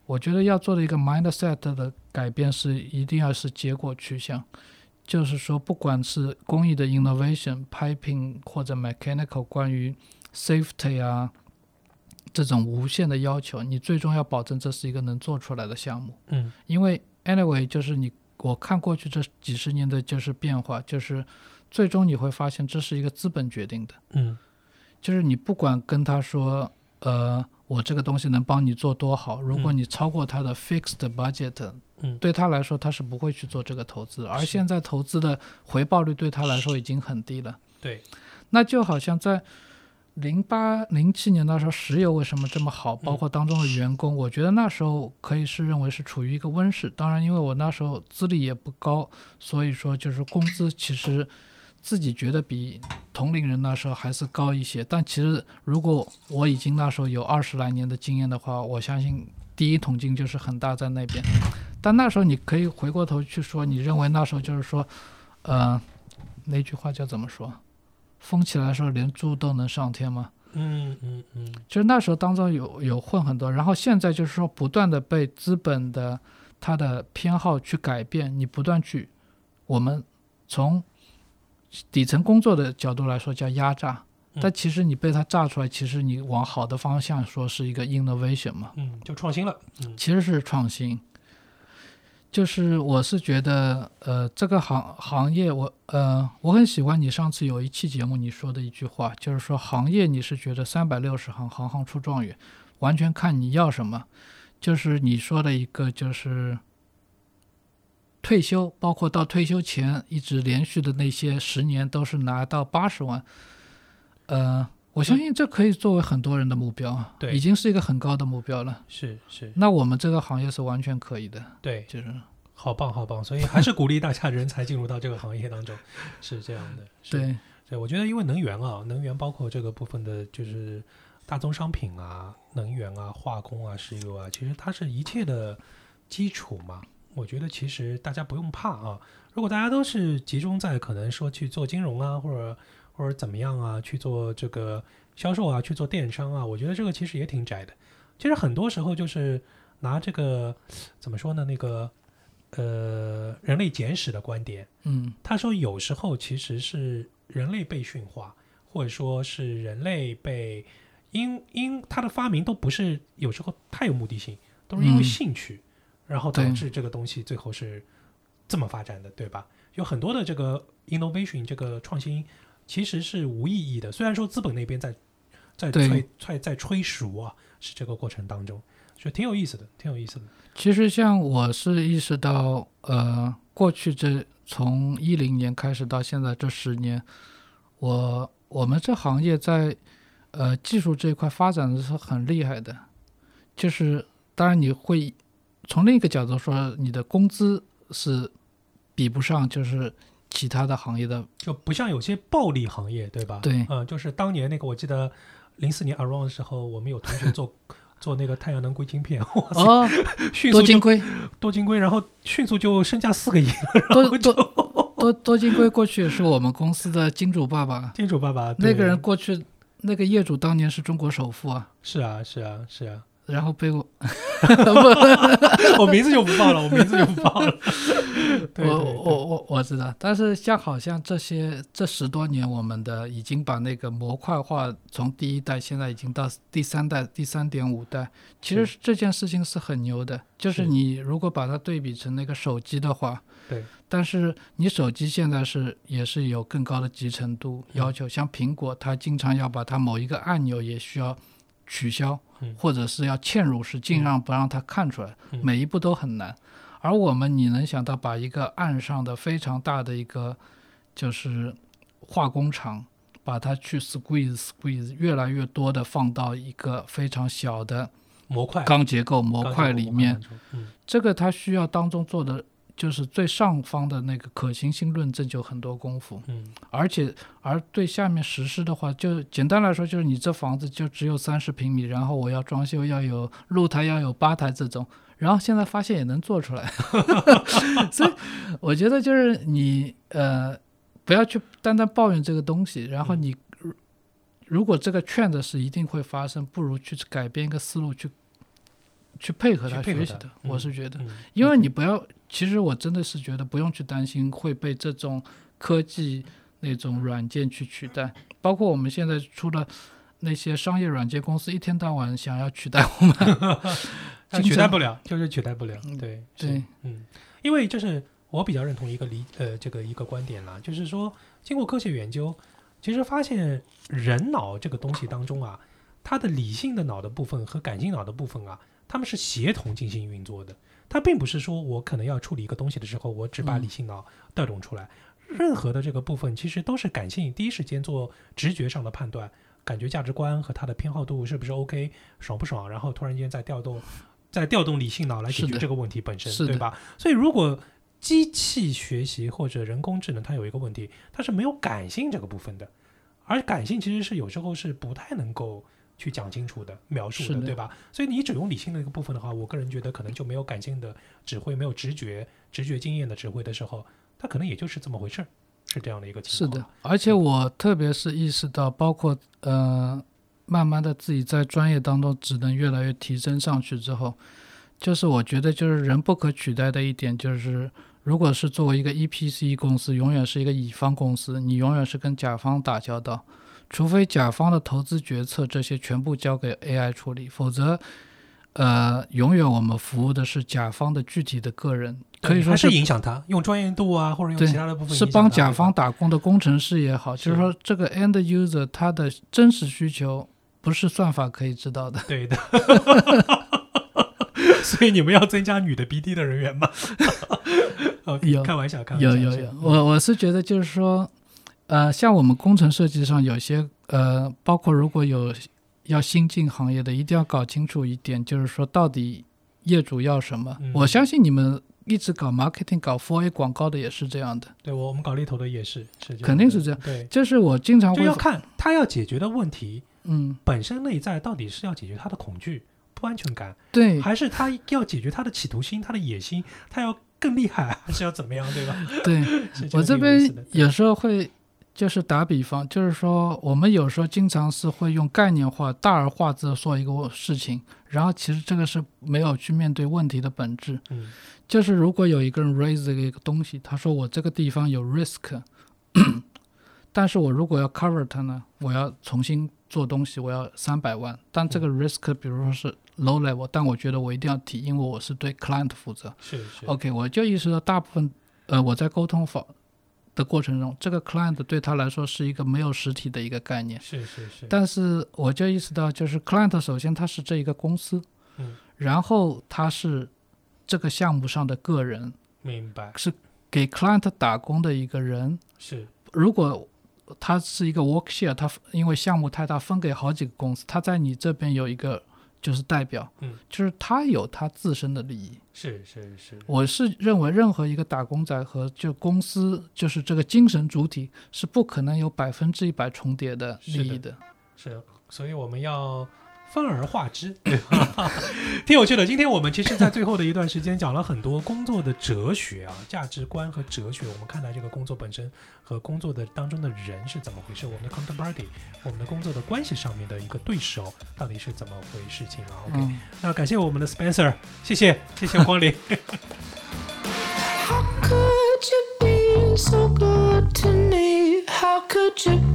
Speaker 4: 我觉得要做的一个 mindset 的改变是一定要是结果取向，就是说，不管是工艺的 innovation、piping 或者 mechanical 关于 safety 啊这种无限的要求，你最终要保证这是一个能做出来的项目。
Speaker 3: 嗯
Speaker 4: 因为 anyway 就是你我看过去这几十年的就是变化，就是最终你会发现这是一个资本决定的，
Speaker 3: 嗯
Speaker 4: 就是你不管跟他说，呃，我这个东西能帮你做多好，如果
Speaker 3: 嗯
Speaker 4: 你超过他的 fixed budget，、
Speaker 3: 嗯，
Speaker 4: 对他来说他是不会去做这个投资，而
Speaker 3: 是
Speaker 4: 现在投资的回报率对他来说已经很低了。
Speaker 3: 对，
Speaker 4: 那就好像在零八零七年那时候，石油为什么这么好，包
Speaker 3: 嗯
Speaker 4: 括当中的员工，我觉得那时候可以是认为是处于一个温室。当然，因为我那时候资历也不高，所以说就是工资其实自己觉得比同龄人那时候还是高一些。但其实如果我已经那时候有二十来年的经验的话，我相信第一桶金就是很大在那边。但那时候你可以回过头去说，你认为那时候就是说，呃，那句话叫怎么说？封起来的时候，连猪都能上天吗？
Speaker 3: 嗯嗯嗯
Speaker 4: 就是那时候当中有有混很多，然后现在就是说不断的被资本的它的偏好去改变，你不断去，我们从底层工作的角度来说叫压榨
Speaker 3: 嗯，
Speaker 4: 但其实你被它榨出来，其实你往好的方向说是一个 innovation 嘛，
Speaker 3: 嗯，就创新了。嗯
Speaker 4: 其实是创新。就是我是觉得，呃，这个行行业我呃我很喜欢你上次有一期节目你说的一句话，就是说行业你是觉得三百六十行，行行出状元，完全看你要什么。就是你说的一个就是退休，包括到退休前一直连续的那些十年都是拿到八十万，呃，我相信这可以作为很多人的目标啊，
Speaker 3: 对
Speaker 4: 已经是一个很高的目标了。
Speaker 3: 是是，
Speaker 4: 那我们这个行业是完全可以的，
Speaker 3: 对，
Speaker 4: 就是
Speaker 3: 好棒好棒，所以还是鼓励大家人才进入到这个行业当中，是这样的。是，
Speaker 4: 对，
Speaker 3: 对，我觉得因为能源啊，能源包括这个部分的，就是大宗商品啊、能源啊、化工啊、石油啊，其实它是一切的基础嘛。我觉得其实大家不用怕啊，如果大家都是集中在可能说去做金融啊，或者或者怎么样啊，去做这个销售啊，去做电商啊，我觉得这个其实也挺窄的。其实很多时候就是拿这个怎么说呢，那个呃人类简史的观点。
Speaker 4: 嗯
Speaker 3: 他说有时候其实是人类被驯化，或者说是人类被因因他的发明都不是有时候太有目的性，都是因为
Speaker 4: 嗯
Speaker 3: 兴趣，然后导
Speaker 4: 对
Speaker 3: 致这个东西最后是这么发展的，对吧？有很多的这个 innovation 这个创新其实是无意义的，虽然说资本那边在在
Speaker 4: 对
Speaker 3: 吹在在吹熟啊，是这个过程当中，就挺有意思的，挺有意思的。
Speaker 4: 其实像我是意识到，呃，过去这从一零年开始到现在这十年，我我们这行业在呃技术这一块发展的是很厉害的，就是当然你会从另一个角度说，你的工资是比不上就是其他的行业的，
Speaker 3: 就不像有些暴利行业，对吧？
Speaker 4: 对
Speaker 3: 嗯，就是当年那个，我记得零四年 around 的时候，我们有同学做 做那个太阳能硅晶片，哇塞，
Speaker 4: 哦，
Speaker 3: 迅速
Speaker 4: 多
Speaker 3: 就
Speaker 4: 金龟，
Speaker 3: 多晶硅， 然后迅速就身价四个亿了。
Speaker 4: 多多多多金龟过去也是我们公司的金主爸爸，
Speaker 3: 金主爸爸
Speaker 4: 那
Speaker 3: 对
Speaker 4: 个人过去，那个业主当年是中国首富啊，
Speaker 3: 是啊，是啊，是啊，
Speaker 4: 然后被我
Speaker 3: 我名字就不报了，我名字就不报 了。对对
Speaker 4: 我我我我知道，但是像好像这些这十多年，我们的已经把那个模块化从第一代，现在已经到第三代、第三点五代，其实这件事情是很牛的，就是
Speaker 3: 是
Speaker 4: 你如果把它对比成那个手机的话，
Speaker 3: 对，
Speaker 4: 但是你手机现在是也是有更高的集成度要求，像苹果，它经常要把它某一个按钮也需要取消，
Speaker 3: 嗯
Speaker 4: 或者是要嵌入式，尽量不让它看出来，
Speaker 3: 嗯
Speaker 4: 每一步都很难。而我们，你能想到把一个岸上的非常大的一个就是化工厂，把它去 squeeze squeeze 越来越多的放到一个非常小的
Speaker 3: 模块
Speaker 4: 钢结构模
Speaker 3: 哎钢
Speaker 4: 块
Speaker 3: 结构
Speaker 4: 里
Speaker 3: 模
Speaker 4: 面，
Speaker 3: 当中，嗯
Speaker 4: 这个它需要当中做的就是最上方的那个可行性论证就很多功夫，
Speaker 3: 嗯
Speaker 4: 而且而对下面实施的话，就简单来说就是你这房子就只有三十平米，然后我要装修要有露台要有吧台这种，然后现在发现也能做 出来，所以我觉得就是你呃不要去单单抱怨这个东西，然后
Speaker 3: 嗯
Speaker 4: 你如如果这个劝的是一定会发生，不如去改变一个思路去去配合
Speaker 3: 去
Speaker 4: 他
Speaker 3: 配合
Speaker 4: 学习
Speaker 3: 它
Speaker 4: 的，
Speaker 3: 嗯
Speaker 4: 我是觉得。
Speaker 3: 嗯，
Speaker 4: 因为你不要，其实我真的是觉得不用去担心会被这种科技那种软件去取代，包括我们现在出了那些商业软件公司，一天到晚想要取代我们，
Speaker 3: 嗯 但
Speaker 4: 经
Speaker 3: 取代
Speaker 4: 常
Speaker 3: 不了，就是取代不了，对是
Speaker 4: 对，
Speaker 3: 嗯，因为就是我比较认同一个理呃这个一个观点啦，就是说经过科学研究，其实发现人脑这个东西当中啊，它的理性的脑的部分和感性脑的部分啊，它们是协同进行运作的。它并不是说我可能要处理一个东西的时候，我只把
Speaker 4: 嗯
Speaker 3: 理性脑调动出来，任何的这个部分其实都是感性第一时间做直觉上的判断，感觉价值观和它的偏好度是不是 OK，爽不爽，然后突然间再调动，再调动理性脑来解
Speaker 4: 是
Speaker 3: 决
Speaker 4: 的
Speaker 3: 这个问题本身，
Speaker 4: 是的
Speaker 3: 对吧？所以如果机器学习或者人工智能，它有一个问题，它是没有感性这个部分的，而感性其实是有时候是不太能够去讲清楚的描述
Speaker 4: 是
Speaker 3: 的，
Speaker 4: 的
Speaker 3: 对吧？所以你只用理性的一个部分的话，我个人觉得可能就没有感性的指挥，没有直觉、直觉经验的指挥的时候，它可能也就是这么回事儿，是这样的一个
Speaker 4: 是
Speaker 3: 情况。嗯
Speaker 4: 的，而且我特别是意识到，包括呃，慢慢的自己在专业当中只能越来越提升上去之后，就是我觉得就是人不可取代的一点就是。如果是作为一个 EPC 公司，永远是一个乙方公司，你永远是跟甲方打交道，除非甲方的投资决策这些全部交给 AI 处理，否则，呃，永远我们服务的是甲方的具体的个人，
Speaker 3: 对
Speaker 4: 可以
Speaker 3: 你
Speaker 4: 说
Speaker 3: 还
Speaker 4: 是
Speaker 3: 是影响它，用专业度啊，或者用
Speaker 4: 对
Speaker 3: 其他的部分
Speaker 4: 是
Speaker 3: 影响
Speaker 4: 帮
Speaker 3: 它
Speaker 4: 甲
Speaker 3: 对吧
Speaker 4: 方打工的工程师也好，就是
Speaker 3: 是
Speaker 4: 说这个 end user 他的真实需求不是算法可以知道的。
Speaker 3: 对的。 所以你们要增加女的 BD 的人员吗？ 哦，
Speaker 4: 有
Speaker 3: 开玩笑，开玩笑，
Speaker 4: 有有
Speaker 3: 是
Speaker 4: 有，我我是觉得就是说，呃，像我们工程设计上有些呃，包括如果有要新进行业的，一定要搞清楚一点，就是说到底业主要什么。
Speaker 3: 嗯
Speaker 4: 我相信你们一直搞 marketing、搞 4A 广告的也是这样的，
Speaker 3: 对我我们搞猎头的也是是这样的，
Speaker 4: 肯定是这样
Speaker 3: 对，
Speaker 4: 就是我经常
Speaker 3: 就
Speaker 4: 会
Speaker 3: 要看他要解决的问题
Speaker 4: 嗯，
Speaker 3: 本身内在到底是要解决他的恐惧、不安全感，
Speaker 4: 对
Speaker 3: 还是他要解决他的企图心、他的野心，他要更厉害， 还是要怎么样，对吧？
Speaker 4: 对。
Speaker 3: 是
Speaker 4: 我
Speaker 3: 这
Speaker 4: 这
Speaker 3: 个挺有意思
Speaker 4: 边
Speaker 3: 的
Speaker 4: 有时候会就是打比方，就是说我们有时候经常是会用概念化、大而化之地说一个事情，然后其实这个是没有去面对问题的本质。
Speaker 3: 嗯
Speaker 4: 就是如果有一个人 raise 一个东西，他说我这个地方有 risk，但是我如果要 cover 它呢，我要重新做东西，我要三百万，但这个
Speaker 3: 嗯
Speaker 4: risk 比如说是 low level，但我觉得我一定要提，因为我是对 client 负责。
Speaker 3: 是是
Speaker 4: OK，我就意识到大部分，呃，我在沟通方的过程中，这个 client 对他来说是一个没有实体的一个概念。
Speaker 3: 是是是，
Speaker 4: 但是我就意识到，就是 client 首先它是这一个公司，
Speaker 3: 嗯
Speaker 4: 然后它是这个项目上的个人，
Speaker 3: 明白
Speaker 4: 给 client 打工的一个人。
Speaker 3: 是
Speaker 4: 如果他是一个 work share，他因为项目太大，分给好几个公司，他在你这边有一个就是代表，
Speaker 3: 嗯，
Speaker 4: 就是他有他自身的利益，
Speaker 3: 是是是，
Speaker 4: 我是认为任何一个打工仔和就公司就是这个精神主体是不可能有百分之一百重叠的利益
Speaker 3: 是
Speaker 4: 的。
Speaker 3: 是，所以我们要分而化之， 对吧？挺有趣的。今天我们其实，在最后的一段时间讲了很多工作的哲学啊、价值观和哲学。我们看待这个工作本身和工作的当中的人是怎么回事，我们的 counterparty，我们的工作的关系上面的一个对手到底是怎么回事情啊？OK，、
Speaker 4: 嗯，
Speaker 3: 那感谢我们的 Spencer，谢谢，谢谢光临。
Speaker 1: How could you be so good to me? How could you